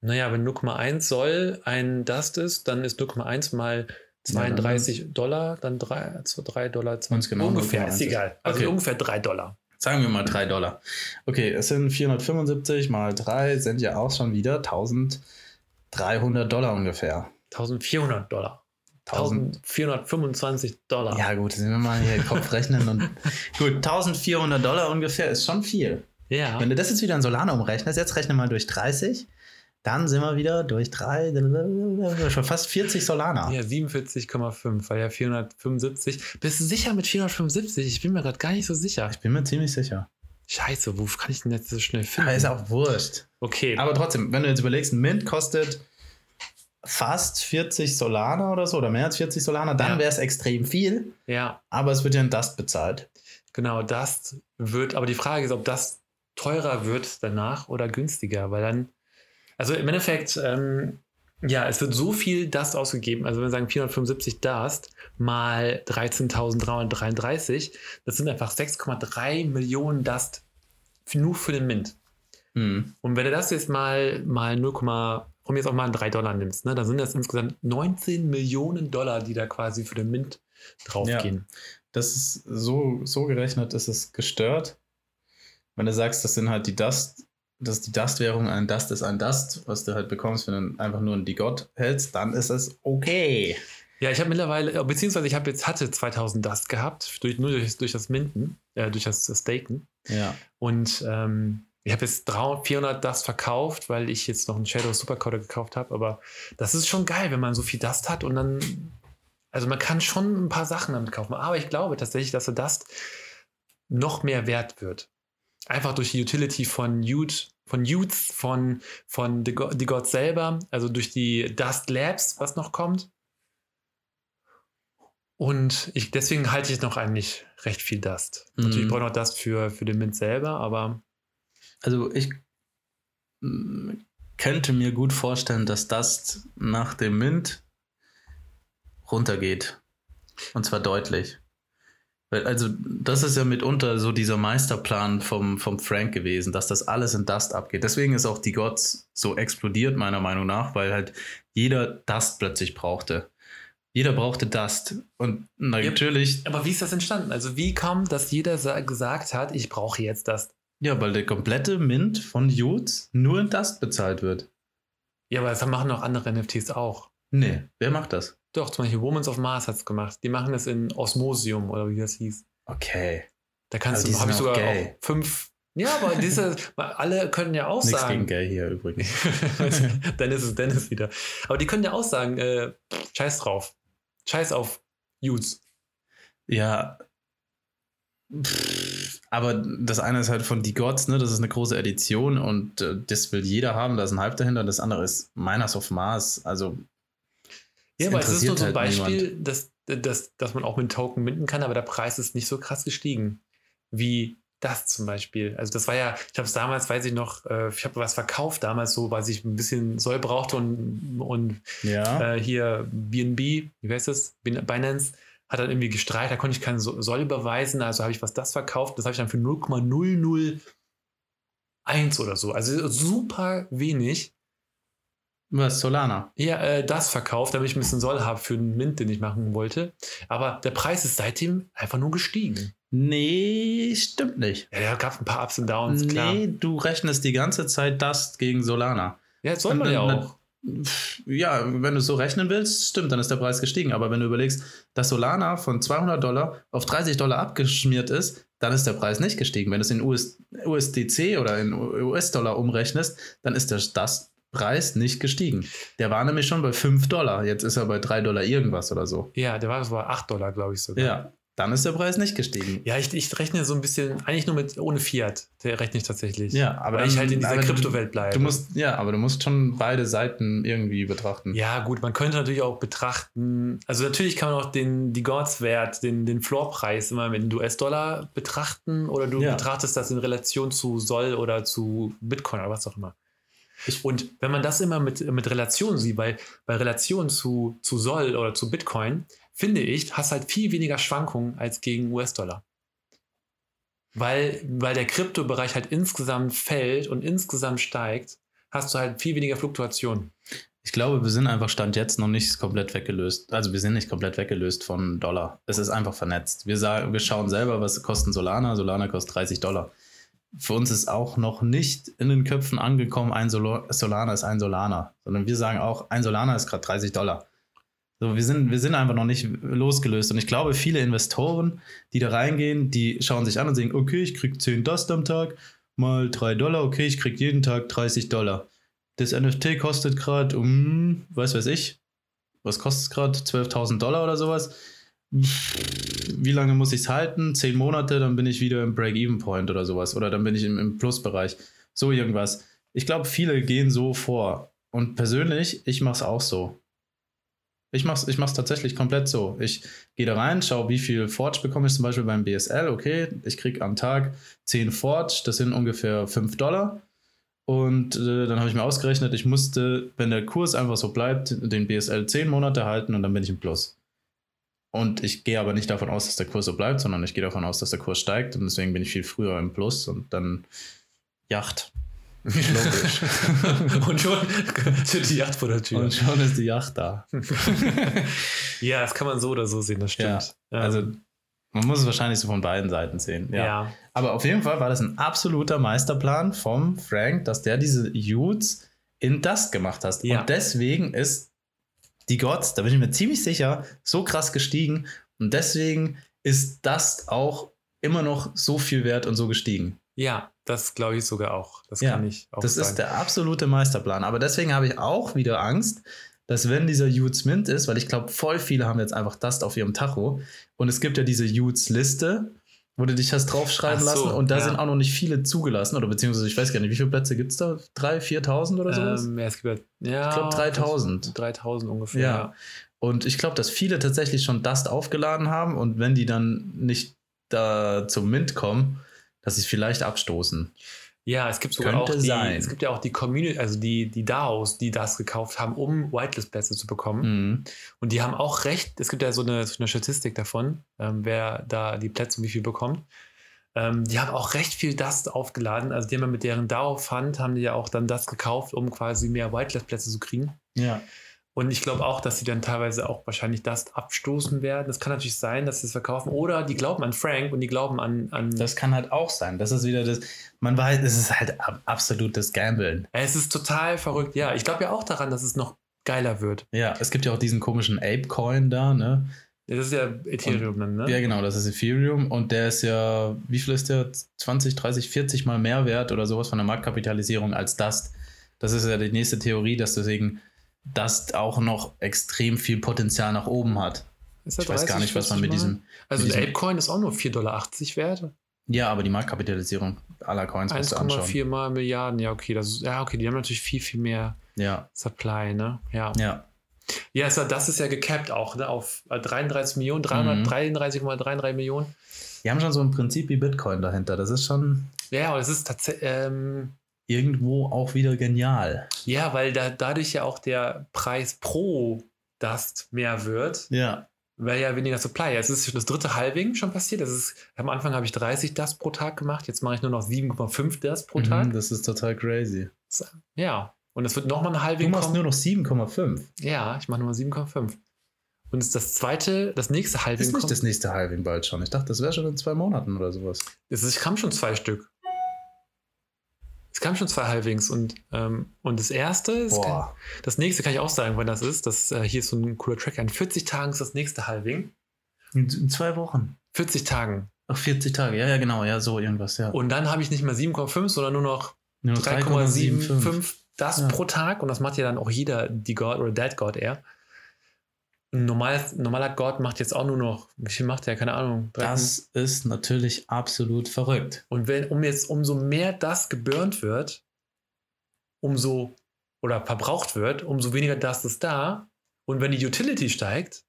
Speaker 1: Naja, wenn 0,1 soll ein Dust ist, dann ist 0,1 mal
Speaker 2: Ja, dann-
Speaker 1: 32 Dollar, dann 3, 3 Dollar
Speaker 2: Ganz
Speaker 1: 20.
Speaker 2: genau.
Speaker 1: ungefähr,
Speaker 2: 0,1
Speaker 1: ist egal. Also
Speaker 2: Okay.
Speaker 1: ungefähr 3 Dollar.
Speaker 2: Sagen wir mal 3 Dollar. Okay, es sind 475 mal 3 sind ja auch schon wieder 1300 Dollar ungefähr.
Speaker 1: 1400 Dollar.
Speaker 2: 1000,
Speaker 1: 1425 Dollar.
Speaker 2: ja gut, sind wir mal hier Kopf rechnen und gut, 1400 Dollar ungefähr ist schon viel.
Speaker 1: Ja.
Speaker 2: Wenn du das jetzt wieder in Solana umrechnest, jetzt rechne mal durch 30, dann sind wir wieder durch 3, schon fast 40 Solana.
Speaker 1: ja 47,5, weil ja 475. Bist du sicher mit 475? Ich bin mir gerade gar nicht so sicher.
Speaker 2: Ich bin mir ziemlich sicher.
Speaker 1: Scheiße, wo kann ich denn jetzt so schnell finden?
Speaker 2: Aber ist auch wurscht.
Speaker 1: okay.
Speaker 2: Aber trotzdem, wenn du jetzt überlegst, ein Mint kostet fast 40 Solana oder so, oder mehr als 40 Solana, dann
Speaker 1: Ja.
Speaker 2: wäre es extrem viel,
Speaker 1: ja.
Speaker 2: aber es wird ja in Dust bezahlt.
Speaker 1: Genau, das wird, aber die Frage ist, ob das teurer wird danach oder günstiger, weil dann, also im Endeffekt, ähm, ja, es wird so viel Dust ausgegeben, also wenn wir sagen 475 Dust mal 13.333, das sind einfach 6,3 Millionen Dust f- nur für den Mint.
Speaker 2: Hm.
Speaker 1: Und wenn du das jetzt mal, mal 0, von mir jetzt auch mal 3 Dollar nimmst, ne, dann sind das insgesamt 19 Millionen Dollar, die da quasi für den Mint draufgehen.
Speaker 2: Das ist so, so gerechnet, ist es gestört. Wenn du sagst, das sind halt die Dust, dass die Dust-Währung ein Dust ist ein Dust, was du halt bekommst, wenn du einfach nur einen Digot hältst, dann ist es okay.
Speaker 1: Ja, ich habe mittlerweile, äh, beziehungsweise ich habe jetzt hatte 2000 Dust gehabt, durch, nur durch, durch das Minden, äh, durch das Staken.
Speaker 2: Ja.
Speaker 1: Und ähm, ich habe jetzt 300, 400 Dust verkauft, weil ich jetzt noch einen Shadow Supercoder gekauft habe. Aber das ist schon geil, wenn man so viel Dust hat und dann, also man kann schon ein paar Sachen damit kaufen. Aber ich glaube tatsächlich, dass der Dust noch mehr wert wird. Einfach durch die Utility von Ute, von Utes, von, von The God, The God selber, also durch die Dust Labs, was noch kommt. Und ich, deswegen halte ich noch eigentlich recht viel Dust.
Speaker 2: Mhm.
Speaker 1: Natürlich brauche ich noch Dust für, für den Mint selber, aber
Speaker 2: Also ich mm, könnte mir gut vorstellen, dass das nach dem Mint runtergeht. Und zwar deutlich. Weil, also, das ist ja mitunter so dieser Meisterplan vom, vom Frank gewesen, dass das alles in Dust abgeht. Deswegen ist auch die Gods so explodiert, meiner Meinung nach, weil halt jeder Dust plötzlich brauchte. Jeder brauchte Dust. Und natürlich,
Speaker 1: Aber wie ist das entstanden? Also wie kam, dass jeder sa- gesagt hat, ich brauche jetzt das?
Speaker 2: ja, weil der komplette Mint von Jutes nur in Dust bezahlt wird.
Speaker 1: Ja, aber das machen auch andere NFTs auch.
Speaker 2: Nee, wer macht das?
Speaker 1: Doch, zum Beispiel Womans of Mars hat es gemacht. Die machen das in Osmosium oder wie das hieß.
Speaker 2: Okay.
Speaker 1: Da kannst
Speaker 2: Aber die
Speaker 1: du, habe
Speaker 2: sind
Speaker 1: ich
Speaker 2: auch
Speaker 1: sogar
Speaker 2: gay.
Speaker 1: auch fünf. Ja, aber diese, weil alle können ja auch
Speaker 2: Nichts gegen
Speaker 1: sagen.
Speaker 2: Gay hier übrigens.
Speaker 1: dann ist es Dennis wieder. Aber die können ja auch sagen, äh, scheiß drauf. Scheiß auf Utes.
Speaker 2: Ja. Pff, Aber das eine ist halt von Die Gods, ne? Das ist eine große Edition und äh, das will jeder haben, da ist ein Hype dahinter. Und das andere ist Miners of Mars. Also.
Speaker 1: Ja,
Speaker 2: das
Speaker 1: aber es ist nur
Speaker 2: interessiert
Speaker 1: so ein
Speaker 2: halt niemand.
Speaker 1: Beispiel, dass, dass, dass man auch mit Token minden kann, aber der Preis ist nicht so krass gestiegen wie das zum Beispiel. Also das war ja, ich habe es damals, weiß ich noch, äh, ich habe was verkauft damals so, weil ich ein bisschen Soll brauchte und, und
Speaker 2: Ja.
Speaker 1: äh, hier BNB, wie heißt das? Bin- Binance hat dann irgendwie gestreikt, da konnte ich keinen So- Soll überweisen, also habe ich was das verkauft, das habe ich dann für 0,001 oder so, also super wenig,
Speaker 2: Was? Solana.
Speaker 1: ja, äh, das verkauft, damit ich ein bisschen Soll habe für einen Mint, den ich machen wollte. Aber der Preis ist seitdem einfach nur gestiegen.
Speaker 2: Nee, stimmt nicht.
Speaker 1: Ja, da gab es ein paar Ups und Downs, klar.
Speaker 2: Nee, du rechnest die ganze Zeit Dust gegen Solana.
Speaker 1: Ja, das soll man ja
Speaker 2: Und dann-
Speaker 1: auch.
Speaker 2: Pff, Ja, wenn du so rechnen willst, stimmt, dann ist der Preis gestiegen. Aber wenn du überlegst, dass Solana von 200 Dollar auf 30 Dollar abgeschmiert ist, dann ist der Preis nicht gestiegen. Wenn du es in US USDC oder in U- US-Dollar umrechnest, dann ist der das Preis nicht gestiegen. Der war nämlich schon bei 5 Dollar. Jetzt ist er bei 3 Dollar irgendwas oder so.
Speaker 1: Ja, der war, das war 8 Dollar, glaube ich sogar.
Speaker 2: Ja, dann ist der Preis nicht gestiegen.
Speaker 1: Ja, ich, ich rechne so ein bisschen, eigentlich nur mit ohne Fiat, der rechne ich tatsächlich.
Speaker 2: Ja, aber
Speaker 1: Weil ich
Speaker 2: dann-
Speaker 1: halt in dieser
Speaker 2: aber
Speaker 1: Kryptowelt bleibe.
Speaker 2: Du musst, ja, aber du musst schon beide Seiten irgendwie betrachten.
Speaker 1: Ja, gut, man könnte natürlich auch betrachten, also natürlich kann man auch den, die Gods-Wert, den, den Floorpreis immer mit dem US-Dollar betrachten oder du
Speaker 2: Ja.
Speaker 1: betrachtest das in Relation zu Soll oder zu Bitcoin oder was auch immer. Und wenn man das immer mit, mit Relation sieht, weil bei Relation zu, zu Soll oder zu Bitcoin, finde ich, hast halt viel weniger Schwankungen als gegen US-Dollar. Weil, weil der Kryptobereich halt insgesamt fällt und insgesamt steigt, hast du halt viel weniger Fluktuationen.
Speaker 2: Ich glaube, wir sind einfach Stand jetzt noch nicht komplett weggelöst. Also wir sind nicht komplett weggelöst von Dollar. Es ist einfach vernetzt. Wir, sagen, wir schauen selber, was kosten Solana. Solana kostet 30 Dollar. Für uns ist auch noch nicht in den Köpfen angekommen, ein Solo- Solana ist ein Solana. Sondern wir sagen auch, ein Solana ist gerade 30 Dollar. So, wir, sind, wir sind einfach noch nicht losgelöst. Und ich glaube, viele Investoren, die da reingehen, die schauen sich an und sagen, okay, ich krieg 10 Dust am Tag, mal 3 Dollar, okay, ich krieg jeden Tag 30 Dollar das NFT kostet gerade, um, weiß weiß ich, was kostet es gerade? 12.000 Dollar oder sowas. Wie lange muss ich es halten? Zehn Monate, dann bin ich wieder im Break-Even-Point oder sowas. Oder dann bin ich im, im Plusbereich. So irgendwas. Ich glaube, viele gehen so vor. Und persönlich, ich mache es auch so. Ich mache es ich mach's tatsächlich komplett so. Ich gehe da rein, schaue, wie viel Forge bekomme ich zum Beispiel beim BSL. Okay, ich kriege am Tag 10 Forge, das sind ungefähr 5 Dollar. Und äh, dann habe ich mir ausgerechnet, ich musste, wenn der Kurs einfach so bleibt, den BSL 10 Monate halten und dann bin ich im Plus. Und ich gehe aber nicht davon aus, dass der Kurs so bleibt, sondern ich gehe davon aus, dass der Kurs steigt und deswegen bin ich viel früher im Plus und dann Yacht. Logisch.
Speaker 1: und schon steht die Yacht vor der Tür.
Speaker 2: und schon ist die Yacht da.
Speaker 1: ja, das kann man so oder so sehen, das stimmt. Ja,
Speaker 2: Also man muss es wahrscheinlich so von beiden Seiten sehen.
Speaker 1: ja.
Speaker 2: Ja. Aber auf jeden Fall war das ein absoluter Meisterplan vom Frank, dass der diese Jutes in Dust gemacht hast.
Speaker 1: Ja.
Speaker 2: Und deswegen ist die Gods, da bin ich mir ziemlich sicher, so krass gestiegen. Und deswegen ist Dust auch immer noch so viel wert und so gestiegen.
Speaker 1: ja das glaube ich sogar auch. Das
Speaker 2: Ja,
Speaker 1: kann ich auch
Speaker 2: das
Speaker 1: sagen.
Speaker 2: ist der absolute Meisterplan. Aber deswegen habe ich auch wieder Angst, dass wenn dieser Jutes Mint ist, weil ich glaube, voll viele haben jetzt einfach Dust auf ihrem Tacho. Und es gibt ja diese Jutes-Liste, wo du dich hast draufschreiben
Speaker 1: Ach so,
Speaker 2: lassen. Und da
Speaker 1: ja.
Speaker 2: sind auch noch nicht viele zugelassen. Oder beziehungsweise, ich weiß gar nicht, wie viele Plätze gibt es da? 3.000, 4.000 oder sowas?
Speaker 1: ähm, ja, es gibt ja, ja,
Speaker 2: ich glaube, 3.000.
Speaker 1: 3000 ungefähr.
Speaker 2: Ja. Und ich glaube, dass viele tatsächlich schon Dust aufgeladen haben. Und wenn die dann nicht da zum Mint kommen, dass sie es vielleicht abstoßen.
Speaker 1: Ja, es gibt sogar
Speaker 2: Könnte
Speaker 1: auch die,
Speaker 2: sein.
Speaker 1: es gibt ja auch die Community, also die, die DAOs, die das gekauft haben, um Whitelist-Plätze zu bekommen.
Speaker 2: Mhm.
Speaker 1: Und die haben auch recht, es gibt ja so eine, so eine Statistik davon, ähm, wer da die Plätze und wie viel bekommt. Ähm, die haben auch recht viel Dust aufgeladen. Also die haben ja mit deren DAO-Fund, haben die ja auch dann das gekauft, um quasi mehr Whitelist-Plätze zu kriegen.
Speaker 2: Ja.
Speaker 1: Und ich glaube auch, dass sie dann teilweise auch wahrscheinlich Dust abstoßen werden. Das kann natürlich sein, dass sie es verkaufen. Oder die glauben an Frank und die glauben an. an
Speaker 2: Das kann halt auch sein. Das ist wieder das. Man weiß, es ist halt ab, absolutes Gambeln.
Speaker 1: es ist total verrückt. Ja, ich glaube ja auch daran, dass es noch geiler wird.
Speaker 2: Ja, es gibt ja auch diesen komischen Ape-Coin da, ne?
Speaker 1: Das ist ja Ethereum dann, ne?
Speaker 2: Ja, genau, das ist Ethereum und der ist ja, wie viel ist der? 20, 30, 40 mal mehr wert oder sowas von der Marktkapitalisierung als Dust. Das ist ja die nächste Theorie, dass deswegen Dust auch noch extrem viel Potenzial nach oben hat.
Speaker 1: Ist ja
Speaker 2: Ich weiß gar
Speaker 1: 30,
Speaker 2: nicht, was man
Speaker 1: 40
Speaker 2: mit
Speaker 1: Mal?
Speaker 2: diesem.
Speaker 1: Also
Speaker 2: mit
Speaker 1: ein
Speaker 2: diesem-
Speaker 1: Apecoin ist auch nur 4,80 Dollar wert.
Speaker 2: Ja, aber die Marktkapitalisierung aller Coins musst du anschauen.
Speaker 1: 1,4 mal Milliarden. Ja, okay. Das ist, ja, okay. Die haben natürlich viel, viel mehr
Speaker 2: Ja,
Speaker 1: Supply, ne? Ja.
Speaker 2: ja.
Speaker 1: Ja, ist ja- das ist ja gecapped auch, ne? Auf äh, 33 Millionen,
Speaker 2: Mhm.
Speaker 1: 333,33 Millionen.
Speaker 2: Die haben schon so ein Prinzip wie Bitcoin dahinter. Das ist schon
Speaker 1: Ja, und es ist tatsächlich. Ähm,
Speaker 2: irgendwo auch wieder genial.
Speaker 1: Ja, weil da, dadurch ja auch der Preis pro Dust mehr wird,
Speaker 2: Ja.
Speaker 1: weil ja weniger Supply. Jetzt ist schon das dritte Halving schon passiert. Das ist, am Anfang habe ich 30 Dust pro Tag gemacht, jetzt mache ich nur noch 7,5 Dust pro
Speaker 2: Mhm,
Speaker 1: Tag.
Speaker 2: das ist total crazy.
Speaker 1: Ja. Und es wird nochmal ein
Speaker 2: Du
Speaker 1: Halving
Speaker 2: machst
Speaker 1: kommen.
Speaker 2: nur noch 7,5.
Speaker 1: ja, ich mache nur 7,5. Und ist das zweite, das nächste Halving
Speaker 2: Ist nicht
Speaker 1: kommt.
Speaker 2: das nächste Halving bald schon? Ich dachte, das wäre schon in zwei Monaten oder sowas.
Speaker 1: Es ist, kam schon zwei Stück. Es kam schon zwei Halvings und, ähm, und das erste, ist,
Speaker 2: Boah.
Speaker 1: das nächste kann ich auch sagen, wann das ist. Das, äh, hier ist so ein cooler Track. In 40 Tagen ist das nächste Halving.
Speaker 2: In, in zwei Wochen.
Speaker 1: 40 Tagen.
Speaker 2: Ach, 40 Tage. Ja, ja, genau. Ja, so irgendwas, ja.
Speaker 1: Und dann habe ich nicht mehr 7,5, sondern nur noch
Speaker 2: Nur noch 3,75.
Speaker 1: 3,75 das
Speaker 2: Ja.
Speaker 1: pro Tag. Und das macht ja dann auch jeder, die God oder Dead God eher. Ein normales, normaler God macht jetzt auch nur noch, wie viel macht der? Keine Ahnung. drei-
Speaker 2: Das ist natürlich absolut verrückt.
Speaker 1: Und wenn, um jetzt, umso mehr das geburnt wird, umso oder verbraucht wird, umso weniger das ist da. Und wenn die Utility steigt,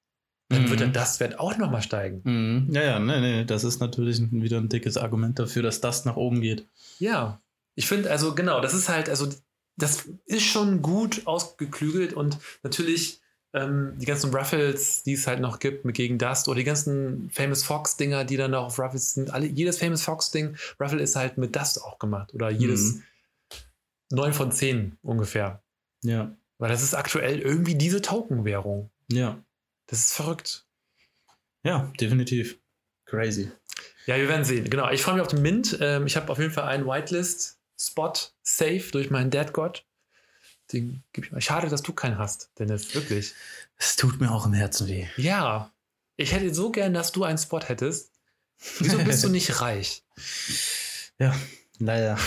Speaker 1: dann
Speaker 2: Mhm.
Speaker 1: wird dann das Wert auch nochmal steigen.
Speaker 2: Mhm. Ja, ja, nee, nee. Das ist natürlich ein- wieder ein dickes Argument dafür, dass das nach oben geht.
Speaker 1: Ja, ich finde, also genau, das ist halt, also das ist schon gut ausgeklügelt und natürlich ähm, die ganzen Ruffles, die es halt noch gibt mit gegen Dust oder die ganzen Famous Fox-Dinger, die dann auch auf Ruffles sind, alle, jedes Famous Fox-Ding, Ruffle ist halt mit Dust auch gemacht oder jedes
Speaker 2: Mhm.
Speaker 1: neun 9 von 10 ungefähr.
Speaker 2: Ja,
Speaker 1: Weil das ist aktuell irgendwie diese Token-Währung.
Speaker 2: ja.
Speaker 1: Das ist verrückt.
Speaker 2: Ja, definitiv. Crazy.
Speaker 1: Ja, wir werden sehen. Genau, ich freue mich auf den Mint. Ähm, ich habe auf jeden Fall einen Whitelist-Spot safe durch meinen Dad God. Den geb ich mal. Schade, dass du keinen hast, Dennis. Wirklich.
Speaker 2: Es tut mir auch im Herzen weh.
Speaker 1: Ja, ich hätte so gern, dass du einen Spot hättest. Wieso bist du nicht reich?
Speaker 2: Leider.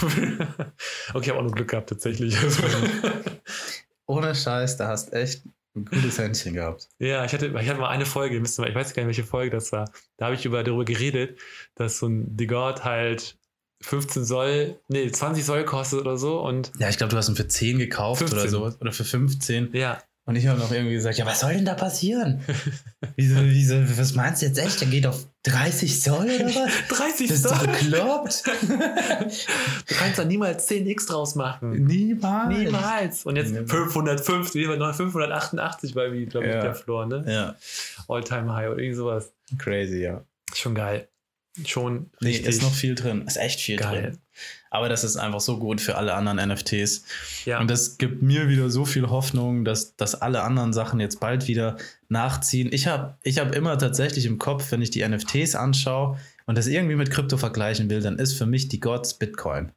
Speaker 1: okay, ich habe auch nur Glück gehabt, tatsächlich. Also,
Speaker 2: Ohne Scheiß, da hast echt ein gutes Händchen gehabt.
Speaker 1: ja, ich hatte, ich hatte mal eine Folge, müsste mal- ich weiß gar nicht, welche Folge das war. Da habe ich über, darüber geredet, dass so ein The God halt 15 Soll, nee, 20 Soll kostet oder so und
Speaker 2: Ja, ich glaube, du hast ihn für 10 gekauft
Speaker 1: 15.
Speaker 2: oder sowas. Oder für 15.
Speaker 1: ja,
Speaker 2: Und ich habe noch irgendwie gesagt, ja, was soll denn da passieren? wieso, wieso, was meinst du jetzt echt? Der geht auf 30 Zoll oder was?
Speaker 1: 30
Speaker 2: Bist du
Speaker 1: Soll.
Speaker 2: bekloppt?
Speaker 1: Du kannst da niemals 10x draus
Speaker 2: Hm.
Speaker 1: machen.
Speaker 2: Niemals.
Speaker 1: Niemals. Und jetzt
Speaker 2: Niemals.
Speaker 1: 550, nee, warte, 588 war irgendwie, glaube ich,
Speaker 2: Ja.
Speaker 1: der Floor, ne?
Speaker 2: Ja,
Speaker 1: All-Time-High oder irgend sowas.
Speaker 2: crazy, ja.
Speaker 1: Schon geil. Schon
Speaker 2: Nee,
Speaker 1: richtig
Speaker 2: ist noch viel drin. Ist echt viel
Speaker 1: geil.
Speaker 2: drin. Aber das ist einfach so gut für alle anderen NFTs.
Speaker 1: Ja.
Speaker 2: Und das gibt mir wieder so viel Hoffnung, dass, dass alle anderen Sachen jetzt bald wieder nachziehen. Ich habe ich hab immer tatsächlich im Kopf, wenn ich die NFTs anschaue und das irgendwie mit Krypto vergleichen will, dann ist für mich die Gods Bitcoin.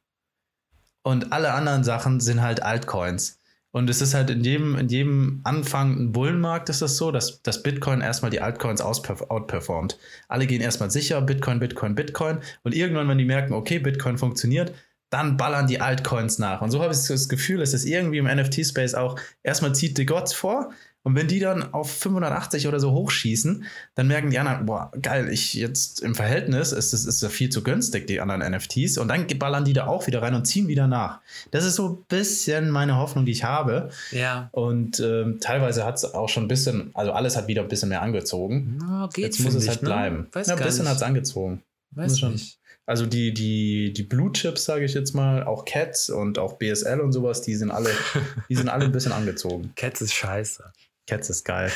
Speaker 2: Und alle anderen Sachen sind halt Altcoins. Und es ist halt in jedem, in jedem anfangenden Bullenmarkt ist das so, dass, dass Bitcoin erstmal die Altcoins ausperf- outperformt. Alle gehen erstmal sicher, Bitcoin, Bitcoin, Bitcoin. Und irgendwann, wenn die merken, okay, Bitcoin funktioniert, dann ballern die Altcoins nach. Und so habe ich so das Gefühl, dass das irgendwie im NFT-Space auch erstmal zieht die Gods vor. Und wenn die dann auf 580 oder so hochschießen, dann merken die anderen, boah, geil, ich jetzt im Verhältnis ist es ist ja viel zu günstig, die anderen NFTs. Und dann ballern die da auch wieder rein und ziehen wieder nach. Das ist so ein bisschen meine Hoffnung, die ich habe.
Speaker 1: ja.
Speaker 2: Und ähm, teilweise hat es auch schon ein bisschen, also alles hat wieder ein bisschen mehr angezogen.
Speaker 1: Na, geht,
Speaker 2: jetzt muss
Speaker 1: find
Speaker 2: es
Speaker 1: ich,
Speaker 2: halt
Speaker 1: ne?
Speaker 2: bleiben.
Speaker 1: Weiß
Speaker 2: Ja, ein
Speaker 1: gar
Speaker 2: bisschen hat
Speaker 1: nicht.
Speaker 2: es angezogen.
Speaker 1: Weiß
Speaker 2: schon.
Speaker 1: nicht.
Speaker 2: Also die, die, die Blue Chips, sage ich jetzt mal, auch Cats und auch BSL und sowas, die sind alle, die sind alle ein bisschen angezogen.
Speaker 1: Cats ist scheiße.
Speaker 2: Cats ist geil.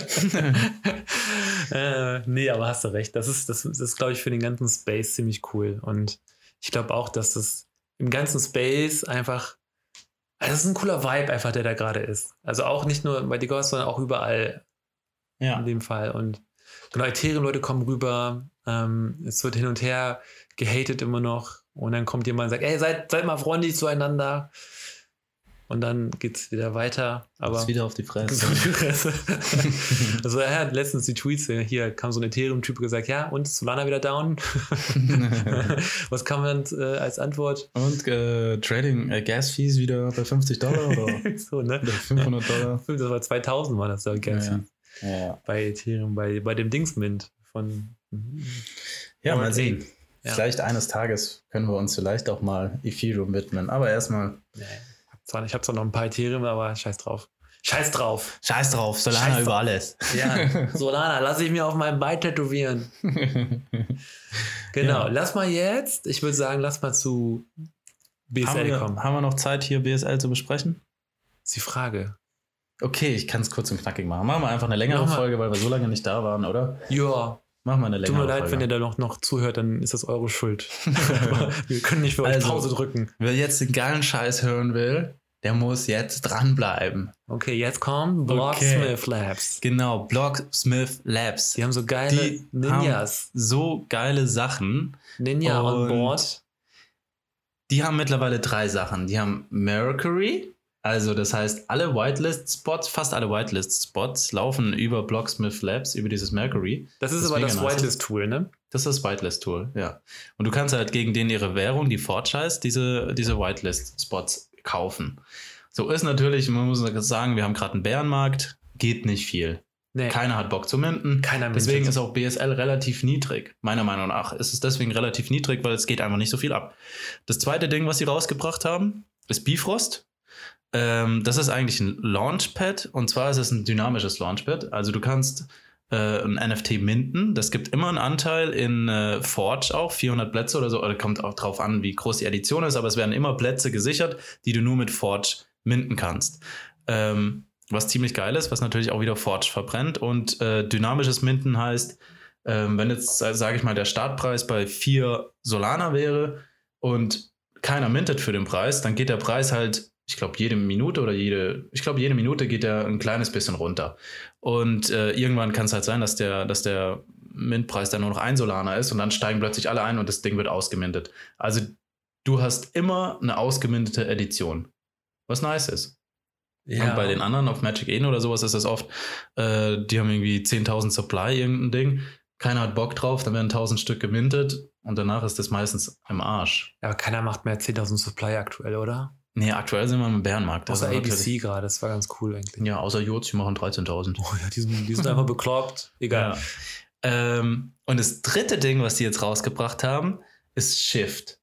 Speaker 1: äh, nee, aber hast du recht. Das ist, das ist glaube ich, für den ganzen Space ziemlich cool. Und ich glaube auch, dass das im ganzen Space einfach. Also es ist ein cooler Vibe, einfach, der da gerade ist. Also auch nicht nur bei The Ghost, sondern auch überall in
Speaker 2: Ja.
Speaker 1: dem Fall. Und genau, Ethereum-Leute kommen rüber, ähm, es wird hin und her gehatet immer noch. Und dann kommt jemand und sagt, ey, seid, seid mal freundlich zueinander. Und dann geht's wieder weiter. Aber
Speaker 2: ist wieder auf die
Speaker 1: so
Speaker 2: Fresse.
Speaker 1: die Fresse. also er hat letztens die Tweets, äh, hier kam so ein Ethereum-Typ und gesagt, ja, und Solana wieder down. Was kann man äh, als Antwort?
Speaker 2: und äh, Trading äh, Gas Fees wieder bei 50 Dollar oder
Speaker 1: so, ne?
Speaker 2: bei 500 Dollar.
Speaker 1: Das war 2000 war das, da, Gas
Speaker 2: Ja, Ja, ja.
Speaker 1: bei Ethereum, bei, bei dem Dingsmint von
Speaker 2: ja mal
Speaker 1: Und
Speaker 2: sehen.
Speaker 1: Ja.
Speaker 2: Vielleicht eines Tages können wir uns vielleicht auch mal Ethereum widmen. Aber erstmal
Speaker 1: Nee. Hab zwar- Ich habe zwar noch ein paar Ethereum, aber scheiß drauf. Scheiß drauf.
Speaker 2: Scheiß drauf, Solana
Speaker 1: Scheiß drauf.
Speaker 2: über alles.
Speaker 1: Ja, Solana, lass ich mir auf meinem Bein tätowieren. Genau,
Speaker 2: Ja.
Speaker 1: lass mal jetzt, ich würde sagen, lass mal zu
Speaker 2: haben,
Speaker 1: BSL
Speaker 2: wir,
Speaker 1: kommen.
Speaker 2: haben wir noch Zeit, hier BSL zu besprechen?
Speaker 1: Ist die Frage.
Speaker 2: Okay, ich kann es kurz und knackig machen. Machen wir einfach eine längere
Speaker 1: Machen wir.
Speaker 2: Folge, weil wir so lange nicht da waren, oder?
Speaker 1: Ja,
Speaker 2: Machen wir eine
Speaker 1: tut
Speaker 2: längere
Speaker 1: mir leid,
Speaker 2: Folge.
Speaker 1: wenn ihr da noch, noch zuhört, dann ist das eure Schuld. Aber wir können nicht für euch
Speaker 2: Also.
Speaker 1: Pause drücken.
Speaker 2: Wer jetzt den geilen Scheiß hören will, der muss jetzt dranbleiben.
Speaker 1: Okay, jetzt kommen Blocksmith Labs.
Speaker 2: Genau, Blocksmith Labs.
Speaker 1: Die haben so geile
Speaker 2: Die
Speaker 1: Ninjas.
Speaker 2: So geile Sachen.
Speaker 1: Ninja on
Speaker 2: Und-
Speaker 1: board.
Speaker 2: Die haben mittlerweile drei Sachen. Die haben Mercury, also das heißt, alle Whitelist-Spots, fast alle Whitelist-Spots laufen über Blocksmith Labs, über dieses Mercury.
Speaker 1: Das ist
Speaker 2: Das
Speaker 1: aber das
Speaker 2: Mega nice.
Speaker 1: Whitelist-Tool, ne?
Speaker 2: Das ist das Whitelist-Tool, ja. Und du kannst halt gegen denen ihre Währung, die Fortscheiß, diese, diese Whitelist-Spots kaufen. So ist natürlich, man muss sagen, wir haben gerade einen Bärenmarkt, geht nicht viel.
Speaker 1: Nee,
Speaker 2: Keiner hat Bock zu minden.
Speaker 1: keiner Mensch
Speaker 2: Deswegen
Speaker 1: hat-
Speaker 2: ist auch BSL relativ niedrig. Meiner Meinung nach ist es deswegen relativ niedrig, weil es geht einfach nicht so viel ab. Das zweite Ding, was sie rausgebracht haben, ist Bifrost. Ähm, das ist eigentlich ein Launchpad und zwar ist es ein dynamisches Launchpad. Also du kannst äh, ein NFT minten. Das gibt immer einen Anteil in äh, Forge auch, 400 Plätze oder so. Oder kommt auch drauf an, wie groß die Addition ist, aber es werden immer Plätze gesichert, die du nur mit Forge minten kannst. Ähm, was ziemlich geil ist, was natürlich auch wieder Forge verbrennt. Und äh, dynamisches Minden heißt, ähm, wenn jetzt, sage ich mal, der Startpreis bei 4 Solana wäre und keiner mintet für den Preis, dann geht der Preis halt, ich glaube, jede Minute oder jede, ich glaube, jede Minute geht er ein kleines bisschen runter. Und äh, irgendwann kann es halt sein, dass der, dass der Mintpreis dann nur noch ein Solana ist und dann steigen plötzlich alle ein und das Ding wird ausgemintet. Also du hast immer eine ausgemintete Edition. Was nice ist. Und bei den anderen auf Magic Eden oder sowas ist das oft, äh, die haben irgendwie 10.000 Supply, irgendein Ding. Keiner hat Bock drauf, dann werden 1000 Stück gemintet und danach ist das meistens im Arsch.
Speaker 1: Aber keiner macht mehr 10.000 Supply aktuell, oder?
Speaker 2: Nee, aktuell sind wir im Bärenmarkt.
Speaker 1: Außer
Speaker 2: Also natürlich-
Speaker 1: ABC gerade, das war ganz cool eigentlich.
Speaker 2: Ja, außer Jots, die machen 13.000.
Speaker 1: Oh ja, die sind, die sind einfach bekloppt. Egal.
Speaker 2: Ja. Ähm, und das dritte Ding, was die jetzt rausgebracht haben, ist Shift.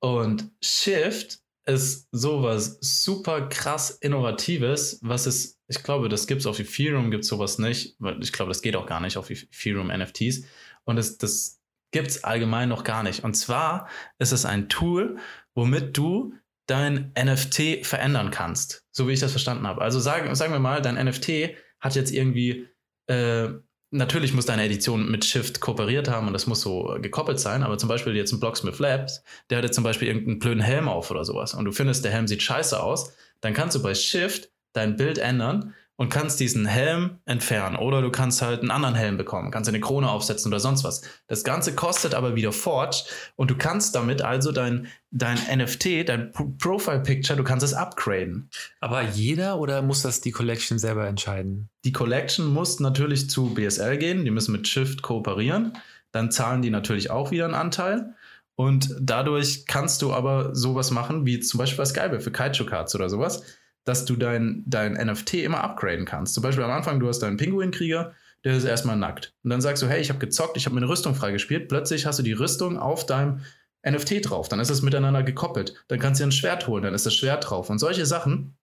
Speaker 2: Und Shift ist sowas super krass Innovatives, was es, ich glaube, das gibt es auf Ethereum, gibt es sowas nicht, weil ich glaube, das geht auch gar nicht auf Ethereum NFTs. Und das, das gibt es allgemein noch gar nicht. Und zwar ist es ein Tool, womit du dein NFT verändern kannst, so wie ich das verstanden habe. Also sagen, sagen wir mal, dein NFT hat jetzt irgendwie äh, natürlich muss deine Edition mit Shift kooperiert haben und das muss so äh, gekoppelt sein, aber zum Beispiel jetzt ein Blocksmith Labs, der hat jetzt zum Beispiel irgendeinen blöden Helm auf oder sowas und du findest, der Helm sieht scheiße aus, dann kannst du bei Shift dein Bild ändern und kannst diesen Helm entfernen oder du kannst halt einen anderen Helm bekommen, kannst eine Krone aufsetzen oder sonst was. Das Ganze kostet aber wieder Forge und du kannst damit also dein, dein NFT, dein Pro- Profile Picture, du kannst es upgraden.
Speaker 1: Aber jeder oder muss das die Collection selber entscheiden?
Speaker 2: Die Collection muss natürlich zu BSL gehen, die müssen mit Shift kooperieren, dann zahlen die natürlich auch wieder einen Anteil. Und dadurch kannst du aber sowas machen, wie zum Beispiel bei Skyway für Kaiju-Cards oder sowas, dass du dein, dein NFT immer upgraden kannst. Zum Beispiel am Anfang, du hast deinen Pinguinkrieger, der ist erstmal nackt. Und dann sagst du, hey, ich habe gezockt, ich habe meine Rüstung freigespielt. Plötzlich hast du die Rüstung auf deinem NFT drauf. Dann ist es miteinander gekoppelt. Dann kannst du dir ein Schwert holen, dann ist das Schwert drauf. Und solche Sachen,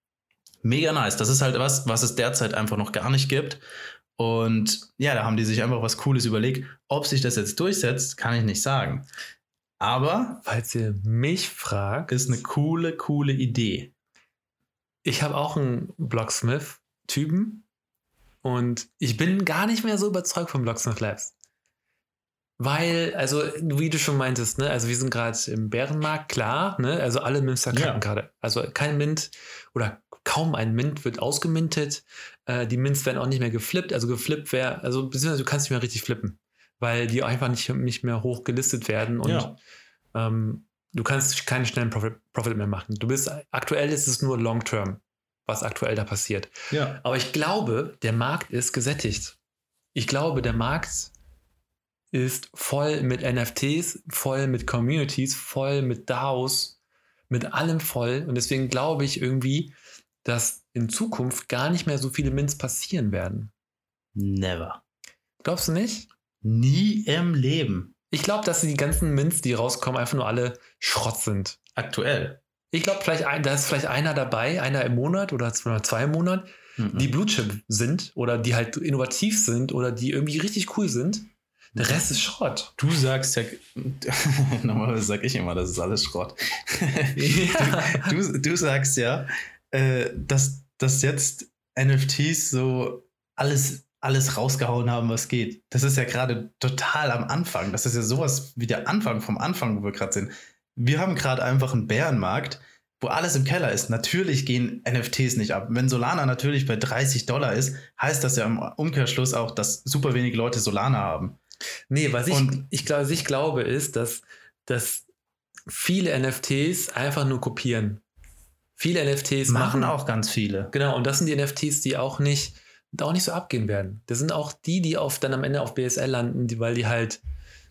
Speaker 2: mega nice. Das ist halt was, was es derzeit einfach noch gar nicht gibt. Und ja, da haben die sich einfach was Cooles überlegt. Ob sich das jetzt durchsetzt, kann ich nicht sagen. Aber
Speaker 1: Falls ihr mich fragt,
Speaker 2: ist eine coole, coole Idee.
Speaker 1: ich habe auch einen Blocksmith-Typen und ich bin gar nicht mehr so überzeugt von Blocksmith Labs. Weil, also, wie du schon meintest, ne, also wir sind gerade im Bärenmarkt, klar, ne, also alle Minster
Speaker 2: Ja.
Speaker 1: kacken gerade. Also kein Mint oder kaum ein Mint wird ausgemintet. Äh, die Mints werden auch nicht mehr geflippt. Also geflippt wäre, also beziehungsweise du kannst nicht mehr richtig flippen, weil die einfach nicht, nicht mehr hoch gelistet werden und
Speaker 2: Ja.
Speaker 1: ähm, du kannst keinen schnellen Profit, Profit mehr machen. Du bist aktuell ist es nur Long Term, was aktuell da passiert.
Speaker 2: Ja.
Speaker 1: Aber ich glaube, der Markt ist gesättigt. Ich glaube, der Markt ist voll mit NFTs, voll mit Communities, voll mit DAOs, mit allem voll. Und deswegen glaube ich irgendwie, dass in Zukunft gar nicht mehr so viele Mints passieren werden.
Speaker 2: Never.
Speaker 1: Glaubst du nicht?
Speaker 2: Nie im Leben.
Speaker 1: Ich glaube, dass die ganzen Mints, die rauskommen, einfach nur alle Schrott sind.
Speaker 2: Aktuell.
Speaker 1: Ich glaube, vielleicht ein, da ist vielleicht einer dabei, einer im Monat oder zwei, oder zwei im Monat, die
Speaker 2: Die
Speaker 1: Blue Chip sind oder die halt innovativ sind oder die irgendwie richtig cool sind. Der Rest ist Schrott.
Speaker 2: Du sagst ja, normalerweise sage ich immer, das ist alles Schrott. du, du sagst ja, äh, dass, dass jetzt NFTs so alles, alles rausgehauen haben, was geht. Das ist ja gerade total am Anfang. Das ist ja sowas wie der Anfang vom Anfang, wo wir gerade sind. Wir haben gerade einfach einen Bärenmarkt, wo alles im Keller ist. Natürlich gehen NFTs nicht ab. Wenn Solana natürlich bei 30 Dollar ist, heißt das ja im Umkehrschluss auch, dass super wenig Leute Solana haben.
Speaker 1: Nee, was ich,
Speaker 2: Und-
Speaker 1: ich, glaub, was ich glaube, ist, dass, dass viele NFTs einfach nur kopieren. Viele NFTs machen,
Speaker 2: auch ganz viele.
Speaker 1: Genau, und das sind die NFTs, die auch nicht, auch nicht so abgehen werden. Das sind auch die, die auf, dann am Ende auf BSL landen, die, weil die halt.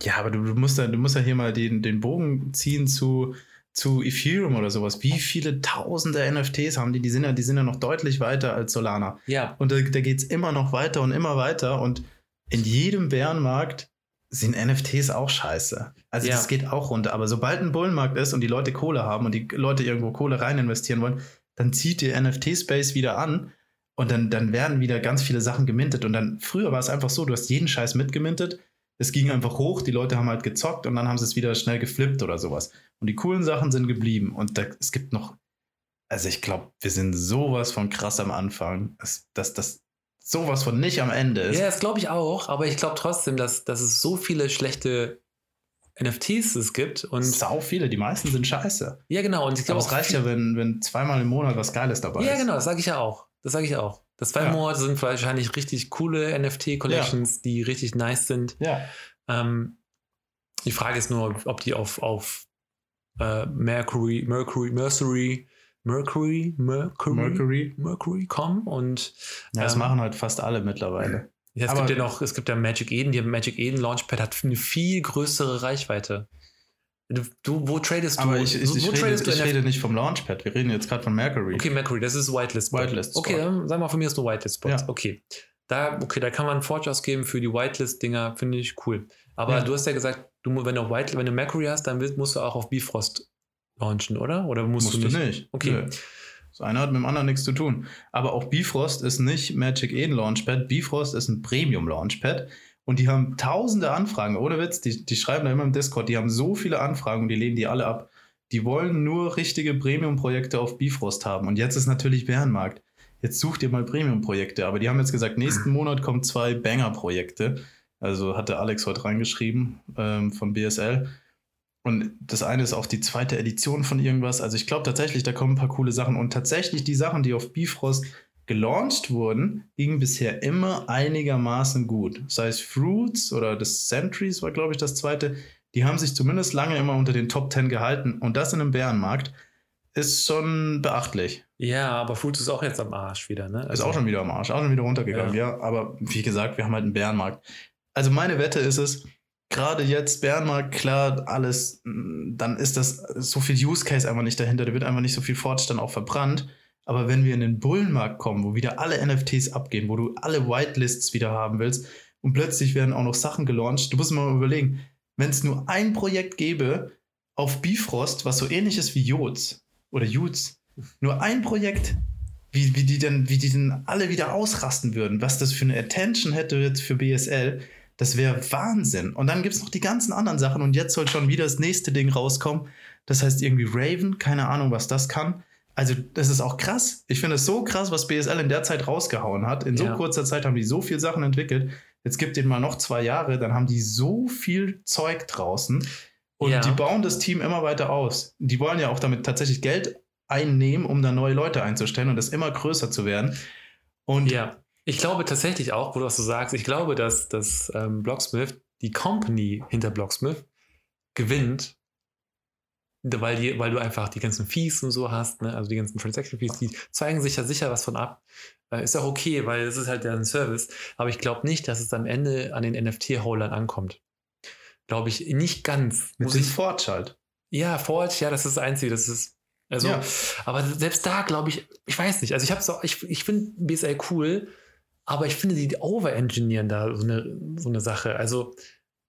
Speaker 2: Ja, aber du, du, musst, ja, du musst ja hier mal den, den Bogen ziehen zu, zu Ethereum oder sowas. Wie viele tausende NFTs haben die? Die sind ja, die sind ja noch deutlich weiter als Solana.
Speaker 1: Ja.
Speaker 2: Und da, da geht es immer noch weiter und immer weiter. Und in jedem Bärenmarkt sind NFTs auch scheiße. Also
Speaker 1: Ja.
Speaker 2: das geht auch runter. Aber sobald ein Bullenmarkt ist und die Leute Kohle haben und die Leute irgendwo Kohle rein investieren wollen, dann zieht der NFT-Space wieder an und dann, dann werden wieder ganz viele Sachen gemintet. Und dann früher war es einfach so, du hast jeden Scheiß mitgemintet. Es ging einfach hoch, die Leute haben halt gezockt und dann haben sie es wieder schnell geflippt oder sowas. Und die coolen Sachen sind geblieben. Und da, es gibt noch, also ich glaube, wir sind sowas von krass am Anfang, dass dass das sowas von nicht am Ende ist.
Speaker 1: Ja, das glaube ich auch, aber ich glaube trotzdem, dass, dass es so viele schlechte NFTs es gibt. Und
Speaker 2: Sau viele, die meisten sind scheiße.
Speaker 1: ja, genau, und ich
Speaker 2: Aber
Speaker 1: glaube
Speaker 2: es reicht ja, wenn, wenn zweimal im Monat was Geiles dabei
Speaker 1: Ja,
Speaker 2: ist.
Speaker 1: genau, das sage ich ja auch. Das sage ich auch. Das zwei
Speaker 2: Ja.
Speaker 1: Monate sind wahrscheinlich richtig coole NFT-Collections, die richtig nice sind.
Speaker 2: Ja.
Speaker 1: Ähm, die Frage ist nur, ob die auf, auf äh, Mercury, Mercury, Mercury, Mercury, Mercury, Mercury,
Speaker 2: Mercury.
Speaker 1: kommen und
Speaker 2: Ja, das
Speaker 1: Mhm. ähm,
Speaker 2: machen halt fast alle mittlerweile.
Speaker 1: Ja, es
Speaker 2: Aber-
Speaker 1: gibt ja noch, es gibt ja Magic Eden, die Magic Eden Launchpad hat eine viel größere Reichweite. Du, du wo tradest du?
Speaker 2: Aber ich, ich,
Speaker 1: wo,
Speaker 2: ich,
Speaker 1: wo
Speaker 2: rede,
Speaker 1: tradest
Speaker 2: ich
Speaker 1: du NFT?
Speaker 2: rede nicht vom Launchpad. Wir reden jetzt gerade von Mercury.
Speaker 1: Okay, Mercury, das ist Whitelist.
Speaker 2: Whitelist Spot.
Speaker 1: Okay, dann sag mal, von mir ist nur Whitelist Spot.
Speaker 2: Ja.
Speaker 1: Okay. Da, okay, da kann man Forge ausgeben für die Whitelist-Dinger, finde ich cool. Aber
Speaker 2: Ja.
Speaker 1: du hast ja gesagt, du, mu- wenn, du White, wenn du Mercury hast, dann willst, musst du auch auf Bifrost launchen, oder? Oder musst, du nicht? Okay.
Speaker 2: Nö. Das eine hat mit dem anderen nichts zu tun. Aber auch Bifrost ist nicht Magic Eden Launchpad. Bifrost ist ein Premium Launchpad. Und die haben tausende Anfragen. Ohne Witz, die, die schreiben da immer im Discord. Die haben so viele Anfragen und die lehnen die alle ab. Die wollen nur richtige Premium-Projekte auf Bifrost haben. Und jetzt ist natürlich Bärenmarkt. Jetzt sucht ihr mal Premium-Projekte. Aber die haben jetzt gesagt, nächsten Monat kommen zwei Banger-Projekte. Also hat der Alex heute reingeschrieben ähm, von BSL. Und das eine ist auch die zweite Edition von irgendwas. Also ich glaube tatsächlich, da kommen ein paar coole Sachen. Und tatsächlich die Sachen, die auf Bifrost gelauncht wurden, gingen bisher immer einigermaßen gut. Sei es Fruits oder das Sentries war, glaube ich, das zweite. Die haben sich zumindest lange immer unter den Top 10 gehalten. Und das in einem Bärenmarkt ist schon beachtlich.
Speaker 1: Ja, aber Fruits ist auch jetzt am Arsch wieder, ne?
Speaker 2: Ist auch schon wieder am Arsch, auch schon wieder runtergegangen, ja. Aber wie gesagt, wir haben halt einen Bärenmarkt. Also meine Wette ist es, gerade jetzt Bärenmarkt, klar, alles, mh, dann ist das so viel Use Case einfach nicht dahinter, da wird einfach nicht so viel Forge dann auch verbrannt. Aber wenn wir in den Bullenmarkt kommen, wo wieder alle NFTs abgehen, wo du alle Whitelists wieder haben willst und plötzlich werden auch noch Sachen gelauncht, du musst mal überlegen, wenn es nur ein Projekt gäbe auf Bifrost, was so ähnlich ist wie Jods oder Juts, nur ein Projekt, wie, wie, die denn, wie die denn alle wieder ausrasten würden, was das für eine Attention hätte jetzt für BSL, Das wäre Wahnsinn. Und dann gibt es noch die ganzen anderen Sachen und jetzt soll schon wieder das nächste Ding rauskommen. Das heißt irgendwie Raven, keine Ahnung, was das kann. Also, das ist auch krass. Ich finde es so krass, was BSL in der Zeit rausgehauen hat. In so
Speaker 1: Ja.
Speaker 2: kurzer Zeit haben die so viel Sachen entwickelt. Jetzt gibt denen mal noch zwei Jahre, dann haben die so viel Zeug draußen. Und
Speaker 1: Ja.
Speaker 2: die bauen das Team immer weiter aus. Die wollen ja auch damit tatsächlich Geld einnehmen, um da neue Leute einzustellen und das immer größer zu werden. Und
Speaker 1: Ja, ich glaube tatsächlich auch, wo du das so sagst, ich glaube, dass, dass ähm, Blocksmith, die Company hinter Blocksmith, gewinnt, weil, die, weil du einfach die ganzen Fees und so hast, ne? also die ganzen Transaction Fees, die zeigen sich ja sicher was von ab. Äh, ist auch okay, weil es ist halt deren Service. Aber ich glaube nicht, dass es am Ende an den NFT-Holdern ankommt. Glaube ich nicht ganz.
Speaker 2: mit
Speaker 1: Muss
Speaker 2: dem
Speaker 1: ich,
Speaker 2: Fortschalt.
Speaker 1: ja, Forge, ja, das ist das Einzige, das ist. Also,
Speaker 2: Ja.
Speaker 1: aber selbst da glaube ich, ich weiß nicht. Also ich habe so, ich, ich finde BSL cool, aber ich finde, die overengineeren da so eine, so eine Sache. Also,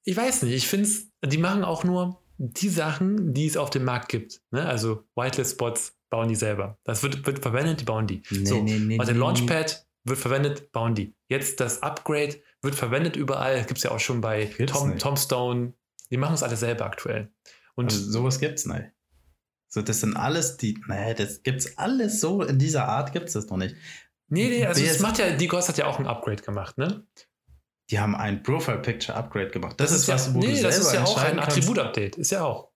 Speaker 1: ich weiß nicht, ich finde es, die machen auch nur die Sachen, die es auf dem Markt gibt. Ne? Also Whitelist Spots bauen die selber. Das wird, wird verwendet, die bauen die. so, also Launchpad wird verwendet, bauen die. Jetzt das Upgrade wird verwendet überall. Gibt es ja auch schon bei
Speaker 2: Gibt's
Speaker 1: Tom,
Speaker 2: nicht.
Speaker 1: Tomstone. Die machen es alle selber aktuell. Und
Speaker 2: Also sowas gibt's nicht. So, das sind alles die, nee, das gibt's alles so, in dieser Art gibt's das noch nicht.
Speaker 1: Nee, nee, also das
Speaker 2: BS
Speaker 1: macht ja, die Ghost hat ja auch ein Upgrade gemacht, ne?
Speaker 2: Die haben ein Profile-Picture-Upgrade gemacht. Das, ist was,
Speaker 1: ja,
Speaker 2: wo du selber
Speaker 1: das ist ja auch
Speaker 2: entscheiden
Speaker 1: ein
Speaker 2: kannst.
Speaker 1: Attribut-Update, ist ja auch.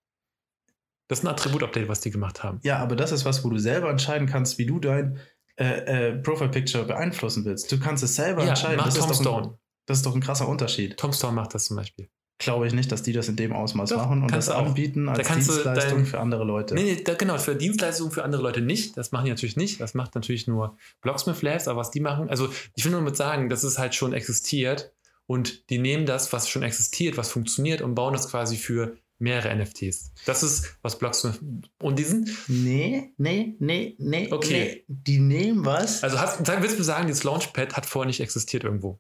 Speaker 1: Das ist ein Attribut-Update, was die gemacht haben.
Speaker 2: Ja, aber das ist was, wo du selber entscheiden kannst, wie du dein äh, äh, Profile-Picture beeinflussen willst. Du kannst es selber
Speaker 1: Ja,
Speaker 2: entscheiden.
Speaker 1: macht
Speaker 2: Das ist,
Speaker 1: Tom
Speaker 2: doch ein,
Speaker 1: Stone.
Speaker 2: das ist doch ein krasser Unterschied.
Speaker 1: Tom Stone macht das zum Beispiel.
Speaker 2: Glaube ich nicht, dass die das in dem Ausmaß
Speaker 1: Doch,
Speaker 2: machen und
Speaker 1: kannst
Speaker 2: das
Speaker 1: du auch.
Speaker 2: anbieten als
Speaker 1: kannst du
Speaker 2: Dienstleistung
Speaker 1: dein-
Speaker 2: für andere Leute.
Speaker 1: Nee, nee, da, genau, für Dienstleistungen für andere Leute nicht. Das machen die natürlich nicht. Das macht natürlich nur Blocksmith Labs, aber was die machen, also ich will nur damit sagen, dass es halt schon existiert und die nehmen das, was schon existiert, was funktioniert und bauen das quasi für mehrere NFTs. Das ist, was Blocksmith und diesen,
Speaker 2: Nee, nee, nee, nee.
Speaker 1: Okay.
Speaker 2: nee. Die nehmen was.
Speaker 1: also hast, sag- willst du sagen, dieses Launchpad hat vorher nicht existiert irgendwo?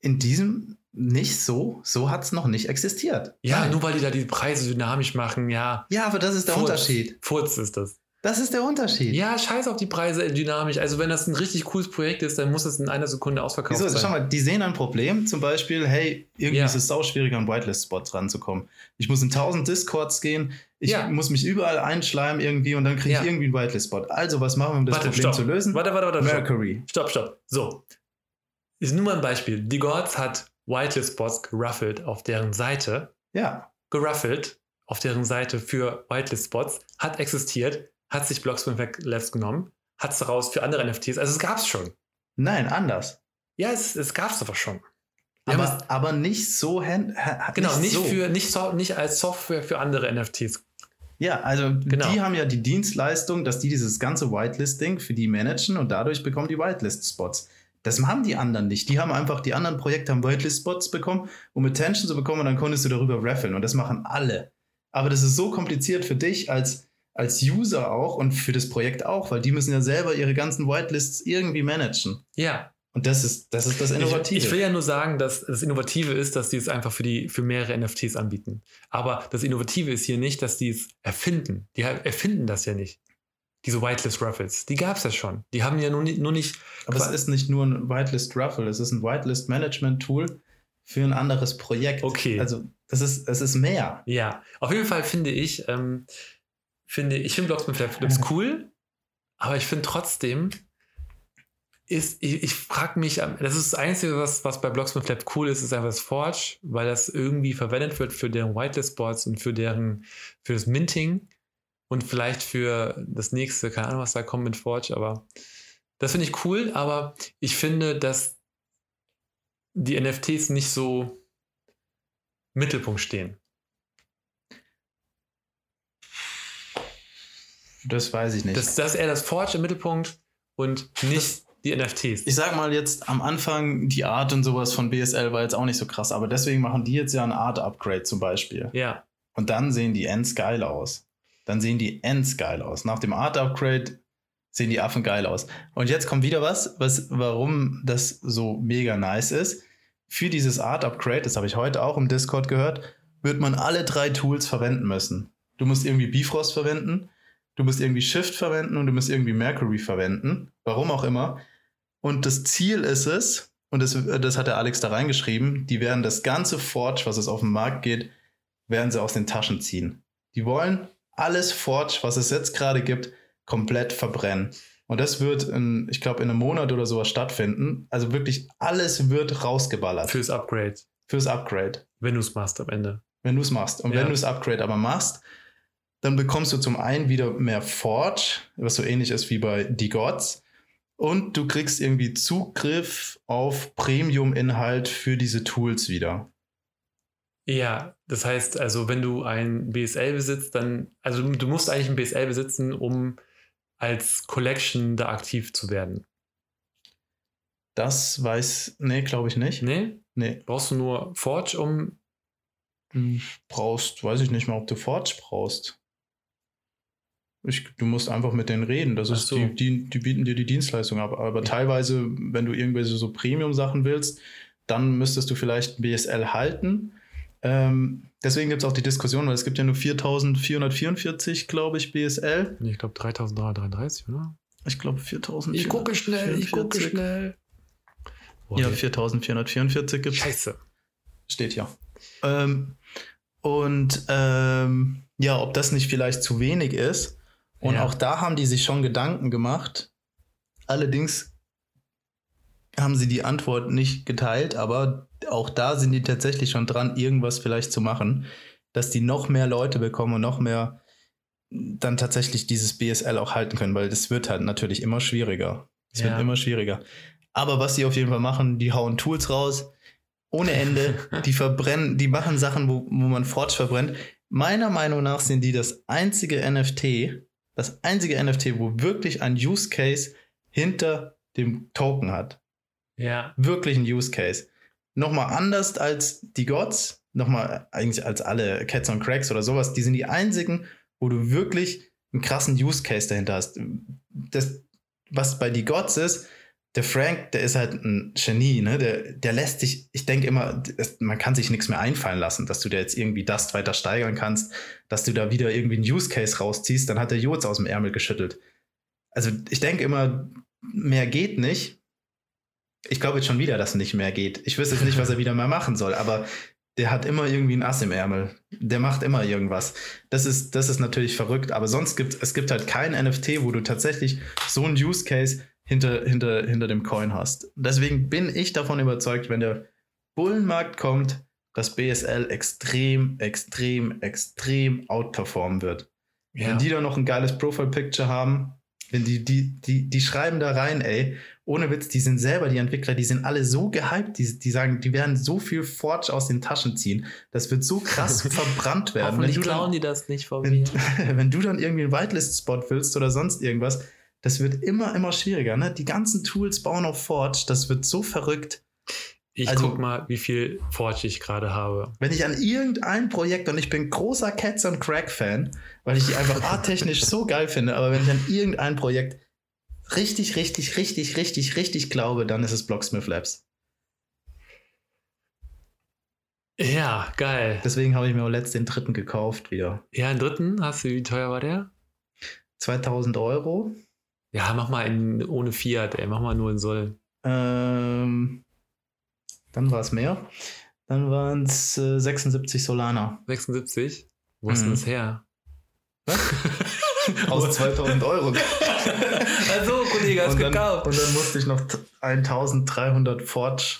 Speaker 2: in diesem nicht so. So hat es noch nicht existiert.
Speaker 1: Ja,
Speaker 2: Nein.
Speaker 1: nur weil die da die Preise dynamisch machen, ja.
Speaker 2: ja, aber das ist der
Speaker 1: Furz.
Speaker 2: Unterschied.
Speaker 1: Furz ist das.
Speaker 2: Das ist der Unterschied.
Speaker 1: Ja, scheiß auf die Preise äh, dynamisch. Also wenn das ein richtig cooles Projekt ist, dann muss es in einer Sekunde ausverkauft
Speaker 2: Wieso? Schau
Speaker 1: sein.
Speaker 2: mal, die sehen ein Problem, zum Beispiel, hey, irgendwie
Speaker 1: Ja.
Speaker 2: ist es sau schwierig, an Whitelist-Spots ranzukommen. Ich muss in tausend Discords gehen, ich
Speaker 1: Ja.
Speaker 2: muss mich überall einschleimen irgendwie und dann kriege
Speaker 1: Ja.
Speaker 2: ich irgendwie einen Whitelist-Spot. Also, was machen wir, um das
Speaker 1: Warte,
Speaker 2: Problem
Speaker 1: stopp.
Speaker 2: zu lösen?
Speaker 1: Warte, warte, warte. stopp.
Speaker 2: Mercury.
Speaker 1: Stopp, stopp. So. Ist nur mal ein Beispiel. Die Gods hat Whitelist Bots geruffelt auf deren Seite.
Speaker 2: Ja,
Speaker 1: Geruffelt auf deren Seite für Whitelist Bots. Hat existiert. Hat sich Blocksmith Labs genommen. Hat es daraus für andere NFTs. Also es gab es schon.
Speaker 2: nein, anders.
Speaker 1: Ja, es, es gab es aber schon. Ja,
Speaker 2: Aber,
Speaker 1: aber
Speaker 2: aber nicht so hand, ha,
Speaker 1: Genau, nicht,
Speaker 2: so.
Speaker 1: für, nicht, so, nicht als Software für andere NFTs.
Speaker 2: Ja, also
Speaker 1: Genau.
Speaker 2: die haben ja die Dienstleistung, dass die dieses ganze Whitelisting für die managen und dadurch bekommen die Whitelist-Spots. Das haben die anderen nicht. Die haben einfach, die anderen Projekte haben Whitelist-Spots bekommen, um Attention zu bekommen und dann konntest du darüber raffeln und das machen alle. Aber das ist so kompliziert für dich als, als User auch und für das Projekt auch, weil die müssen ja selber ihre ganzen Whitelists irgendwie managen.
Speaker 1: Ja,
Speaker 2: Und das ist das, ist das Innovative.
Speaker 1: Ich, ich will ja nur sagen, dass das Innovative ist, dass die es einfach für, die, für mehrere NFTs anbieten. Aber das Innovative ist hier nicht, dass die es erfinden. Die ha- erfinden das ja nicht. Diese Whitelist Ruffles, die gab es ja schon. Die haben ja nur, ni- nur nicht.
Speaker 2: Aber es ist nicht nur ein Whitelist Ruffle, es ist ein Whitelist Management Tool für ein anderes Projekt.
Speaker 1: Okay.
Speaker 2: Also das ist, es ist mehr.
Speaker 1: Ja, auf jeden Fall finde ich, ähm, finde ich finde Blocksmith Lab Labs cool, aber ich finde trotzdem ist, ich, ich frage mich, am- das ist das Einzige, was, was bei Blocksmith Lab cool ist, ist einfach das Forge, weil das irgendwie verwendet wird für deren Whitelist-Boards und für deren, für das Minting und vielleicht für das nächste, keine Ahnung, was da kommt mit Forge, aber das finde ich cool, aber ich finde, dass die NFTs nicht so im Mittelpunkt stehen.
Speaker 2: Das weiß ich nicht.
Speaker 1: Das, das ist eher das Forge im Mittelpunkt und nicht die NFTs.
Speaker 2: ich sag mal jetzt am Anfang, die Art und sowas von BSL war jetzt auch nicht so krass, aber deswegen machen die jetzt ja ein Art-Upgrade zum Beispiel.
Speaker 1: ja,
Speaker 2: Und dann sehen die Ends geil aus. Dann sehen die Ends geil aus. Nach dem Art-Upgrade sehen die Affen geil aus. Und jetzt kommt wieder was, was warum das so mega nice ist. Für dieses Art-Upgrade, das habe ich heute auch im Discord gehört, wird man alle drei Tools verwenden müssen. Du musst irgendwie Bifrost verwenden, du musst irgendwie Shift verwenden und du musst irgendwie Mercury verwenden. Warum auch immer. Und das Ziel ist es, und das, das hat der Alex da reingeschrieben, die werden das ganze Forge, was es auf den Markt geht, werden sie aus den Taschen ziehen. Die wollen alles Forge, was es jetzt gerade gibt, komplett verbrennen. Und das wird, in, ich glaube, in einem Monat oder sowas stattfinden. Also wirklich alles wird rausgeballert
Speaker 1: Fürs Upgrade,
Speaker 2: fürs Upgrade,
Speaker 1: wenn du es machst am Ende.
Speaker 2: wenn du es machst. Und
Speaker 1: Ja.
Speaker 2: wenn du das Upgrade aber machst, dann bekommst du zum einen wieder mehr Forge, was so ähnlich ist wie bei The Gods. Und du kriegst irgendwie Zugriff auf Premium-Inhalt für diese Tools wieder.
Speaker 1: Ja, das heißt, also wenn du ein BSL besitzt, dann, also du musst eigentlich ein BSL besitzen, um als Collection da aktiv zu werden.
Speaker 2: Das weiß, nee, glaube ich nicht.
Speaker 1: Nee?
Speaker 2: Nee.
Speaker 1: Ne? Brauchst du nur Forge, um.
Speaker 2: Du brauchst, weiß ich nicht mal, ob du Forge brauchst. Ich, du musst einfach mit denen reden. Das
Speaker 1: Ach
Speaker 2: ist
Speaker 1: so.
Speaker 2: die, die, die bieten dir die Dienstleistung ab. Aber teilweise, wenn du irgendwelche so Premium-Sachen willst, dann müsstest du vielleicht ein BSL halten. Ähm, deswegen gibt es auch die Diskussion, weil es gibt ja nur 4444, glaube ich, BSL.
Speaker 1: Nee, Ich glaube 3333, oder?
Speaker 2: Ich glaube 4000.
Speaker 1: schnell. Boah,
Speaker 2: Ja,
Speaker 1: ey,
Speaker 2: 4444 gibt es.
Speaker 1: Scheiße.
Speaker 2: Steht ja. Ähm, und ähm, ja, ob das nicht vielleicht zu wenig ist. Und
Speaker 1: Ja.
Speaker 2: auch da haben die sich schon Gedanken gemacht. Allerdings haben sie die Antwort nicht geteilt, aber auch da sind die tatsächlich schon dran, irgendwas vielleicht zu machen, dass die noch mehr Leute bekommen und noch mehr dann tatsächlich dieses BSL auch halten können, weil das wird halt natürlich immer schwieriger. Es
Speaker 1: Ja.
Speaker 2: wird immer schwieriger. Aber was sie auf jeden Fall machen, die hauen Tools raus, ohne Ende, die verbrennen, die machen Sachen, wo, wo man Forge verbrennt. Meiner Meinung nach sind die das einzige NFT, das einzige NFT, wo wirklich ein Use Case hinter dem Token hat
Speaker 1: Ja,
Speaker 2: wirklich ein Use Case. Nochmal anders als die Gods, nochmal eigentlich als alle Cats on Cracks oder sowas, die sind die einzigen, wo du wirklich einen krassen Use Case dahinter hast. Das, was bei die Gods ist, der Frank, der ist halt ein Genie, ne? Der, der lässt sich, ich denke immer, das, man kann sich nichts mehr einfallen lassen, dass du dir jetzt irgendwie das weiter steigern kannst, dass du da wieder irgendwie einen Use Case rausziehst, dann hat der Jods aus dem Ärmel geschüttelt. Also ich denke immer, mehr geht nicht, ich glaube jetzt schon wieder, dass nicht mehr geht. Ich wüsste jetzt nicht, was er wieder mehr machen soll, aber der hat immer irgendwie ein Ass im Ärmel. Der macht immer irgendwas. Das ist, das ist natürlich verrückt, aber sonst gibt es gibt halt kein NFT, wo du tatsächlich so einen Use Case hinter, hinter, hinter dem Coin hast. Deswegen bin ich davon überzeugt, wenn der Bullenmarkt kommt, dass BSL extrem, extrem, extrem outperformen wird.
Speaker 1: ja.
Speaker 2: Wenn die da noch ein geiles Profile-Picture haben, wenn die, die, die, die schreiben da rein, ey, ohne Witz, die sind selber, die Entwickler, die sind alle so gehypt, die, die sagen, die werden so viel Forge aus den Taschen ziehen. Das wird so krass verbrannt werden. Wenn
Speaker 1: Hoffentlich
Speaker 2: du,
Speaker 1: klauen
Speaker 2: dann,
Speaker 1: die das nicht von
Speaker 2: wenn,
Speaker 1: mir.
Speaker 2: wenn du dann irgendwie einen Whitelist-Spot willst oder sonst irgendwas, das wird immer, immer schwieriger. Ne? Die ganzen Tools bauen auf Forge, das wird so verrückt.
Speaker 1: Ich
Speaker 2: also-
Speaker 1: guck mal, wie viel Forge ich gerade habe.
Speaker 2: Wenn ich an irgendein Projekt, und ich bin großer Cats and Crack-Fan, weil ich die einfach arttechnisch so geil finde, aber wenn ich an irgendein Projekt richtig, richtig, richtig, richtig, richtig glaube, dann ist es Blocksmith Labs.
Speaker 1: Ja, geil.
Speaker 2: Deswegen habe ich mir auch letzt den dritten gekauft wieder.
Speaker 1: Ja, einen dritten hast du, wie teuer war der?
Speaker 2: 2000 Euro.
Speaker 1: Ja, mach mal in, ohne Fiat, ey, mach mal nur in Soll.
Speaker 2: Ähm, dann war es mehr. Dann waren es äh, 76 Solana.
Speaker 1: 76? Wo hast du
Speaker 2: Mhm.
Speaker 1: das her?
Speaker 2: Aus 2000 Euro.
Speaker 1: Also, Kollege, hast
Speaker 2: und, dann,
Speaker 1: gekauft.
Speaker 2: und dann musste ich noch t- 1300 Forge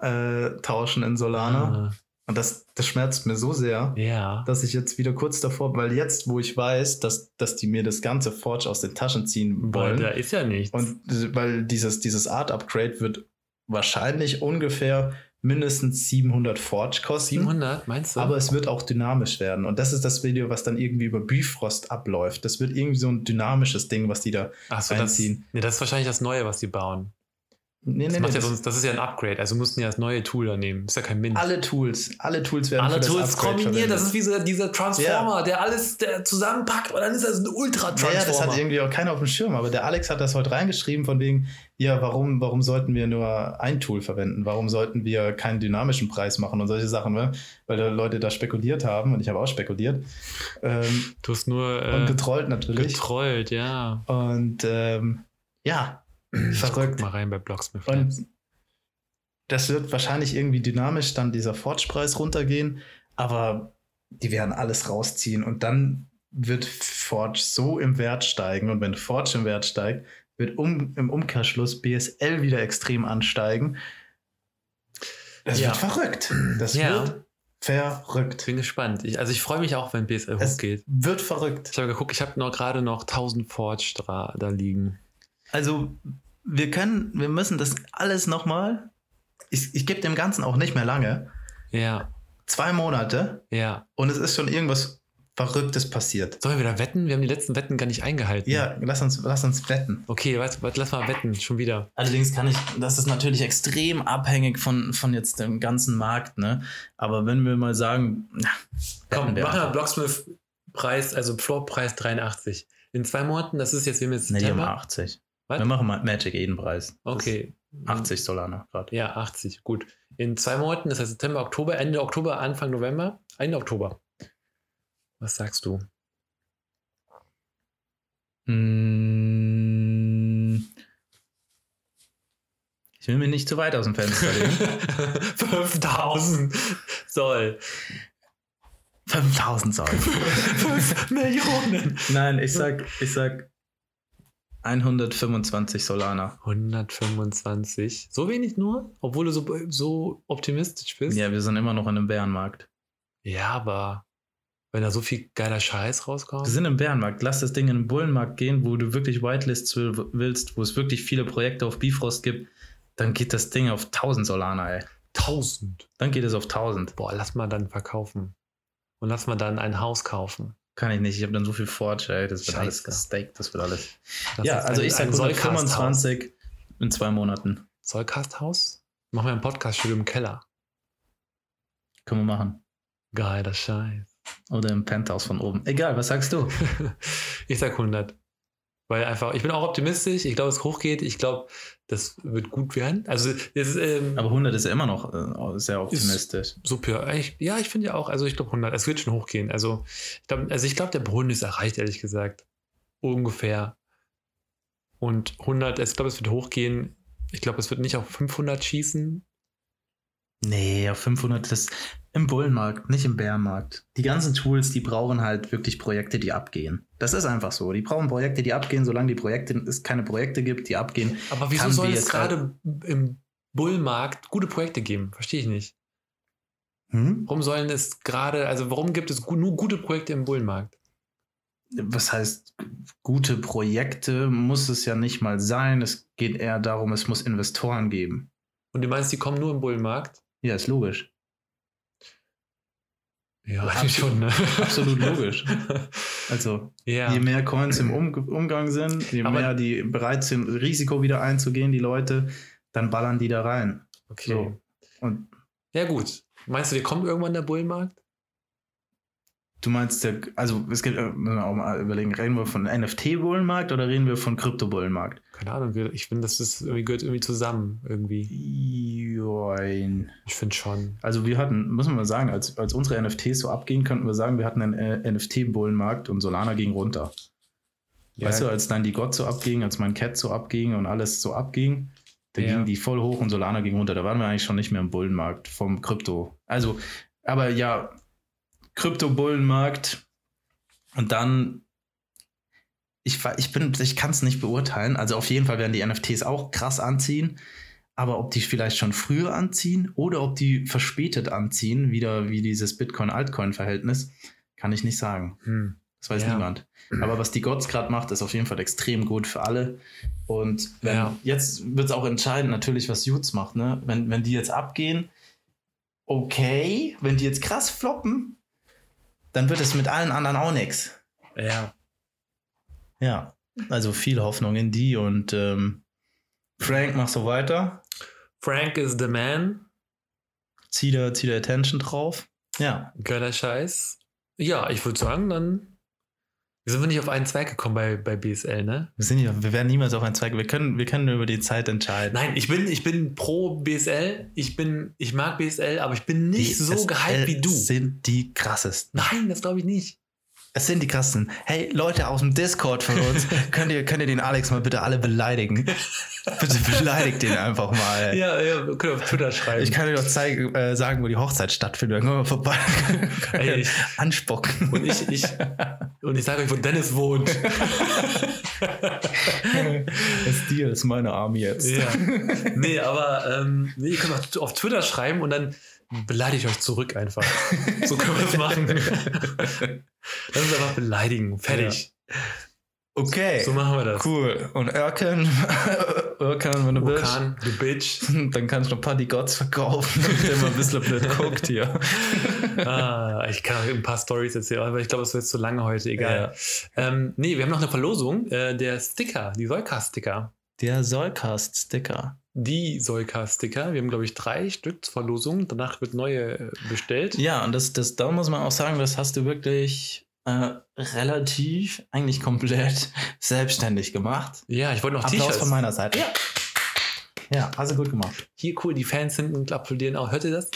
Speaker 2: äh, tauschen in Solana.
Speaker 1: Ah,
Speaker 2: Und das, das schmerzt mir so sehr,
Speaker 1: ja.
Speaker 2: dass ich jetzt wieder kurz davor, weil jetzt, wo ich weiß, dass, dass die mir das ganze Forge aus den Taschen ziehen
Speaker 1: Boah,
Speaker 2: wollen,
Speaker 1: da ist ja nichts.
Speaker 2: und äh, weil dieses, dieses Art-Upgrade wird wahrscheinlich ungefähr mindestens 700 Forge kosten.
Speaker 1: 700, meinst du?
Speaker 2: Aber es wird auch dynamisch werden. Und das ist das Video, was dann irgendwie über Bifrost abläuft. Das wird irgendwie so ein dynamisches Ding, was die da.
Speaker 1: Ach so, das, nee,
Speaker 2: einziehen.
Speaker 1: das ist wahrscheinlich das Neue, was die bauen.
Speaker 2: Nee,
Speaker 1: Das,
Speaker 2: nee,
Speaker 1: macht
Speaker 2: nee,
Speaker 1: ja sonst, das ist ja ein Upgrade, also mussten ja das neue Tool da nehmen. Ist ja kein Mint.
Speaker 2: alle Tools, alle Tools werden für das Upgrade verwendet.
Speaker 1: wie so dieser
Speaker 2: Transformer,
Speaker 1: der alles zusammenpackt und dann ist das ein
Speaker 2: Ja, das hat irgendwie auch keiner auf dem Schirm, aber der Alex hat das heute reingeschrieben, von wegen, ja, warum, warum sollten wir nur ein Tool verwenden? Warum sollten wir keinen dynamischen Preis machen und solche Sachen, ne? weil da Leute da spekuliert haben und ich habe auch spekuliert ähm,
Speaker 1: du hast nur
Speaker 2: und
Speaker 1: äh,
Speaker 2: getrollt natürlich.
Speaker 1: getrollt, ja.
Speaker 2: und ähm, ja,
Speaker 1: Ich guck
Speaker 2: verrückt.
Speaker 1: Mal rein bei Blocksmith.
Speaker 2: Und das wird wahrscheinlich irgendwie dynamisch dann dieser Forge-Preis runtergehen, aber die werden alles rausziehen und dann wird Forge so im Wert steigen und wenn Forge im Wert steigt, wird um, im Umkehrschluss BSL wieder extrem ansteigen. Das
Speaker 1: Ja.
Speaker 2: wird verrückt. Das
Speaker 1: Ja.
Speaker 2: wird verrückt.
Speaker 1: Bin gespannt. Ich, also ich freue mich auch, wenn BSL
Speaker 2: Es-
Speaker 1: hochgeht.
Speaker 2: Wird
Speaker 1: Ich
Speaker 2: verrückt.
Speaker 1: habe geguckt, ich habe noch gerade noch 1000 Forge da, da liegen.
Speaker 2: Also wir können, wir müssen das alles nochmal. Ich, ich gebe dem Ganzen auch nicht mehr lange.
Speaker 1: Ja,
Speaker 2: Zwei Monate
Speaker 1: ja.
Speaker 2: und es ist schon irgendwas Verrücktes passiert.
Speaker 1: Sollen wir da wetten? Wir haben die letzten Wetten gar nicht eingehalten.
Speaker 2: Ja, lass uns, lass uns wetten.
Speaker 1: Okay, was, was, lass mal wetten, schon wieder.
Speaker 2: Allerdings kann ich, das ist natürlich extrem abhängig von, von jetzt dem ganzen Markt, ne? Aber wenn wir mal sagen, ne, na,
Speaker 1: Komm,
Speaker 2: wetten wir
Speaker 1: mach mal
Speaker 2: einfach.
Speaker 1: Blocksmith-Preis, also Floorpreis 83. In zwei Monaten, das ist jetzt, wir haben jetzt
Speaker 2: Ne, die haben
Speaker 1: September.
Speaker 2: 80.
Speaker 1: Was?
Speaker 2: Wir machen mal Magic Eden Preis. Das
Speaker 1: Okay.
Speaker 2: ist 80 Solana gerade.
Speaker 1: Ja, 80, gut. In zwei Monaten, das heißt September, Oktober, Ende Oktober, Anfang November, Ende Oktober. Was sagst du?
Speaker 2: Mm. Ich will mir nicht zu weit aus dem Fenster legen.
Speaker 1: 5000 soll.
Speaker 2: 5000 Säulen.
Speaker 1: 5 Millionen.
Speaker 2: Nein, ich sag, ich sag 125 Solana.
Speaker 1: 125. So wenig nur, obwohl du so, so optimistisch bist.
Speaker 2: Ja, wir sind immer noch in einem Bärenmarkt.
Speaker 1: Ja, aber wenn da so viel geiler Scheiß rauskommt.
Speaker 2: Wir sind im Bärenmarkt. Lass das Ding in den Bullenmarkt gehen, wo du wirklich Whitelists will- willst, wo es wirklich viele Projekte auf Bifrost gibt. Dann geht das Ding auf 1000 Solana, ey.
Speaker 1: 1000.
Speaker 2: Dann geht es auf 1000.
Speaker 1: Boah, lass mal dann verkaufen. Und lass mal dann ein Haus kaufen.
Speaker 2: Kann ich nicht. Ich habe dann so viel Forge, ey. Das wird
Speaker 1: Scheiße.
Speaker 2: alles gestaked. Das wird alles.
Speaker 1: Lass
Speaker 2: ja,
Speaker 1: uns
Speaker 2: also
Speaker 1: ein-
Speaker 2: ich sag
Speaker 1: ein Sollcast-Haus.
Speaker 2: 125 in zwei Monaten.
Speaker 1: Zollkasthaus? Machen wir ein Podcaststudio im Keller.
Speaker 2: Können wir machen.
Speaker 1: Geiler Scheiß.
Speaker 2: Oder im Penthouse von oben. Egal, was sagst du?
Speaker 1: ich sag 100. Weil einfach, ich bin auch optimistisch. Ich glaube, es hochgeht. Ich glaube, das wird gut werden. Also, es ist ähm,
Speaker 2: Aber 100 ist ja immer noch äh, sehr optimistisch.
Speaker 1: super. Ich, ja, ich finde ja auch, also ich glaube 100. Es wird schon hochgehen. Also, ich glaube, also ich glaub, der Brunnen ist erreicht, ehrlich gesagt. Ungefähr. Und 100, ich glaube, es wird hochgehen. Ich glaube, es wird nicht auf 500 schießen.
Speaker 2: Nee, auf 500 ist im Bullenmarkt, nicht im Bärenmarkt. Die ganzen Tools, die brauchen halt wirklich Projekte, die abgehen. Das ist einfach so. Die brauchen Projekte, die abgehen, solange die Projekte, es keine Projekte gibt, die abgehen.
Speaker 1: Aber wieso
Speaker 2: Kann
Speaker 1: soll
Speaker 2: die
Speaker 1: es
Speaker 2: jetzt halt
Speaker 1: gerade im Bullmarkt gute Projekte geben? Verstehe ich nicht.
Speaker 2: Hm?
Speaker 1: Warum sollen es gerade, also warum gibt es gu- nur gute Projekte im Bullenmarkt?
Speaker 2: Was heißt, g- gute Projekte muss es ja nicht mal sein. Es geht eher darum, es muss Investoren geben.
Speaker 1: Und du meinst, die kommen nur im Bullenmarkt?
Speaker 2: Ja, ist logisch.
Speaker 1: Ja,
Speaker 2: Absolut-
Speaker 1: schon, ne?
Speaker 2: absolut logisch. Also,
Speaker 1: ja.
Speaker 2: je mehr Coins im um Umgang sind, je
Speaker 1: Aber-
Speaker 2: mehr die bereit sind, Risiko wieder einzugehen, die Leute, dann ballern die da rein.
Speaker 1: Okay.
Speaker 2: So. Und-
Speaker 1: ja, gut. Meinst du, wir kommen irgendwann der Bullenmarkt?
Speaker 2: Du meinst, der, also es gibt, äh, müssen wir auch mal überlegen, reden wir von NFT-Bullenmarkt oder reden wir von Krypto-Bullenmarkt?
Speaker 1: Keine Ahnung. Ich finde, das ist, irgendwie gehört irgendwie zusammen. Irgendwie.
Speaker 2: Join.
Speaker 1: Ich finde schon.
Speaker 2: Also wir hatten, muss man mal sagen, als, als unsere NFTs so abgehen, könnten wir sagen, wir hatten einen äh, NFT-Bullenmarkt und Solana ging runter. Weißt du, als dann die God so abging, als mein Cat so abging und alles so abging, da
Speaker 1: Ja.
Speaker 2: gingen die voll hoch und Solana ging runter. Da waren wir eigentlich schon nicht mehr im Bullenmarkt vom Krypto. Also, aber ja, Krypto-Bullenmarkt und dann. Ich, wa- ich, bin- ich kann es nicht beurteilen. Also auf jeden Fall werden die NFTs auch krass anziehen. Aber ob die vielleicht schon früher anziehen oder ob die verspätet anziehen, wieder wie dieses Bitcoin-Altcoin-Verhältnis, kann ich nicht sagen.
Speaker 1: hm.
Speaker 2: Das weiß
Speaker 1: Ja.
Speaker 2: niemand. Aber was die Gods gerade macht, ist auf jeden Fall extrem gut für alle. Und wenn,
Speaker 1: Ja.
Speaker 2: jetzt wird es auch entscheidend, natürlich, was Jutes macht. Ne? Wenn, wenn die jetzt abgehen, okay. Wenn die jetzt krass floppen, dann wird es mit allen anderen auch nichts.
Speaker 1: ja.
Speaker 2: Ja, also viel Hoffnung in die. Und ähm, Frank, mach so weiter.
Speaker 1: Frank is the man.
Speaker 2: Zieh da, zieh da Attention drauf. Ja,
Speaker 1: Geiler Scheiß. Ja, ich würde sagen, dann sind wir nicht auf einen Zweig gekommen bei, bei BSL, ne?
Speaker 2: wir, sind ja, wir werden niemals auf einen Zweig. Wir können, wir können über die Zeit entscheiden.
Speaker 1: Nein, ich bin, ich bin pro BSL. Ich bin, ich mag BSL, aber ich bin nicht
Speaker 2: Die
Speaker 1: so gehypt wie du.
Speaker 2: Sind die krassesten.
Speaker 1: Nein, das glaube ich nicht.
Speaker 2: Das sind die krassen. Hey, Leute aus dem Discord von uns, könnt ihr, könnt ihr den Alex mal bitte alle beleidigen? bitte beleidigt den einfach mal. ey.
Speaker 1: Ja, ja, wir können auf Twitter schreiben.
Speaker 2: Ich kann dir doch zeigen, äh, sagen, wo die Hochzeit stattfindet. Dann kommen wir vorbei.
Speaker 1: Ey, ich-
Speaker 2: Anspocken.
Speaker 1: und ich, ich, und ich sage euch, wo Dennis wohnt.
Speaker 2: Das Deal ist meine Army jetzt.
Speaker 1: Ja. Nee, aber ähm, nee, ihr könnt auch auf Twitter schreiben und dann beleidige ich euch zurück einfach. So können wir es machen. Lass uns einfach beleidigen. Fertig.
Speaker 2: Okay.
Speaker 1: So machen wir das.
Speaker 2: Cool. Und Erkan, Erkan, wenn du willst,
Speaker 1: Vulkan, du Bitch.
Speaker 2: dann kannst du noch ein paar die Gods verkaufen, damit der mal ein bisschen blöd guckt hier.
Speaker 1: Ah, ich kann auch ein paar Stories erzählen, aber ich glaube, es wird zu lange heute, egal. Ähm, nee, wir haben noch eine Verlosung. Äh, der Sticker, die Solka-Sticker.
Speaker 2: Der Solcast-Sticker.
Speaker 1: Die Solka-Sticker. Wir haben, glaube ich, drei Stück zur Verlosung. Danach wird neue äh, bestellt.
Speaker 2: Ja, und das, das, da muss man auch sagen, das hast du wirklich äh, relativ, eigentlich komplett selbstständig gemacht.
Speaker 1: Ja, ich wollte noch
Speaker 2: Applaus
Speaker 1: T-Shirts.
Speaker 2: von meiner Seite. Ja. Ja, hast du gut gemacht.
Speaker 1: Hier cool, die Fans hinten applaudieren auch. Hört ihr das?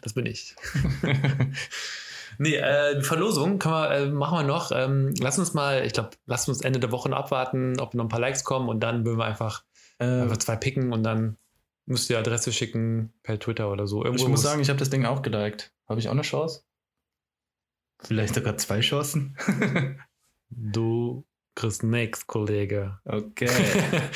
Speaker 1: Das bin ich. Nee, äh, Verlosung können wir, äh, machen wir noch. Ähm, lass uns mal, ich glaube, lass uns Ende der Woche noch abwarten, ob noch ein paar Likes kommen und dann würden wir einfach,
Speaker 2: äh,
Speaker 1: einfach zwei picken und dann müsst ihr Adresse schicken per Twitter oder so. Irgendwo
Speaker 2: ich muss sagen, ich habe das Ding auch geliked. Habe ich auch eine Chance? Vielleicht sogar zwei Chancen.
Speaker 1: du kriegst nix, Kollege.
Speaker 2: Okay.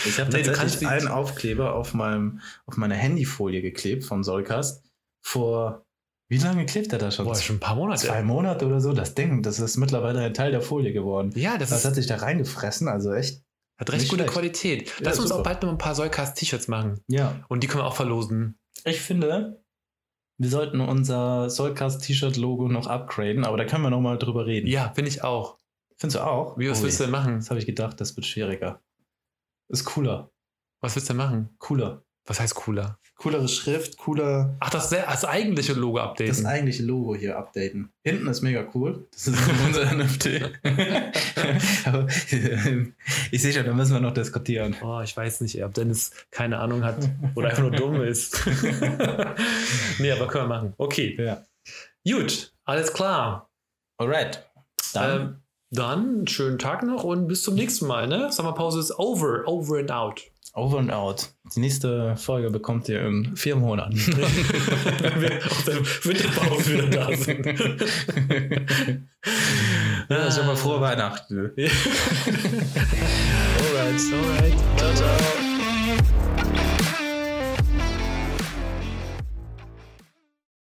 Speaker 2: Ich habe
Speaker 1: Nee, du
Speaker 2: tatsächlich
Speaker 1: kannst die-
Speaker 2: einen Aufkleber auf, meinem, auf meine Handyfolie geklebt von Solcast. Vor wie lange klebt er da schon?
Speaker 1: Boah, schon ein paar Monate.
Speaker 2: Zwei Monate oder so. Das Ding, das ist mittlerweile ein Teil der Folie geworden.
Speaker 1: Ja, das,
Speaker 2: Das
Speaker 1: ist,
Speaker 2: hat sich da reingefressen, also echt.
Speaker 1: hat recht
Speaker 2: nicht
Speaker 1: gute
Speaker 2: schlecht.
Speaker 1: Qualität. Lass uns
Speaker 2: super.
Speaker 1: auch bald noch ein paar Solcast-T-Shirts machen.
Speaker 2: Ja.
Speaker 1: Und die können wir auch verlosen.
Speaker 2: Ich finde, wir sollten unser Solcast-T-Shirt-Logo noch upgraden, aber da können wir nochmal drüber reden.
Speaker 1: Ja, finde ich auch.
Speaker 2: Findest du auch?
Speaker 1: Wie, was
Speaker 2: Ui,
Speaker 1: willst du denn machen?
Speaker 2: Das habe ich gedacht, das wird schwieriger. Ist cooler.
Speaker 1: Was willst du denn machen?
Speaker 2: Cooler.
Speaker 1: Was heißt cooler?
Speaker 2: Coolere Schrift, cooler.
Speaker 1: Ach, das, das eigentliche Logo
Speaker 2: das
Speaker 1: updaten.
Speaker 2: eigentliche Logo hier updaten. Hinten ist mega cool. Das ist unser NFT. Aber äh, ich sehe schon, da müssen wir noch diskutieren.
Speaker 1: oh, ich weiß nicht, ob Dennis keine Ahnung hat oder einfach nur dumm ist. nee, aber können wir machen. Okay.
Speaker 2: Ja.
Speaker 1: Gut, alles klar.
Speaker 2: Alright. Dann
Speaker 1: Ähm, dann schönen Tag noch und bis zum nächsten Mal. Ne? Sommerpause ist over, over and out.
Speaker 2: over and out. Die nächste Folge bekommt ihr in vier Monaten.
Speaker 1: Wenn wir aus der Winterpause wieder da sind.
Speaker 2: ja, schon mal
Speaker 1: Ah.
Speaker 2: frohe Weihnachten.
Speaker 1: alright, alright.
Speaker 2: Ciao, ciao.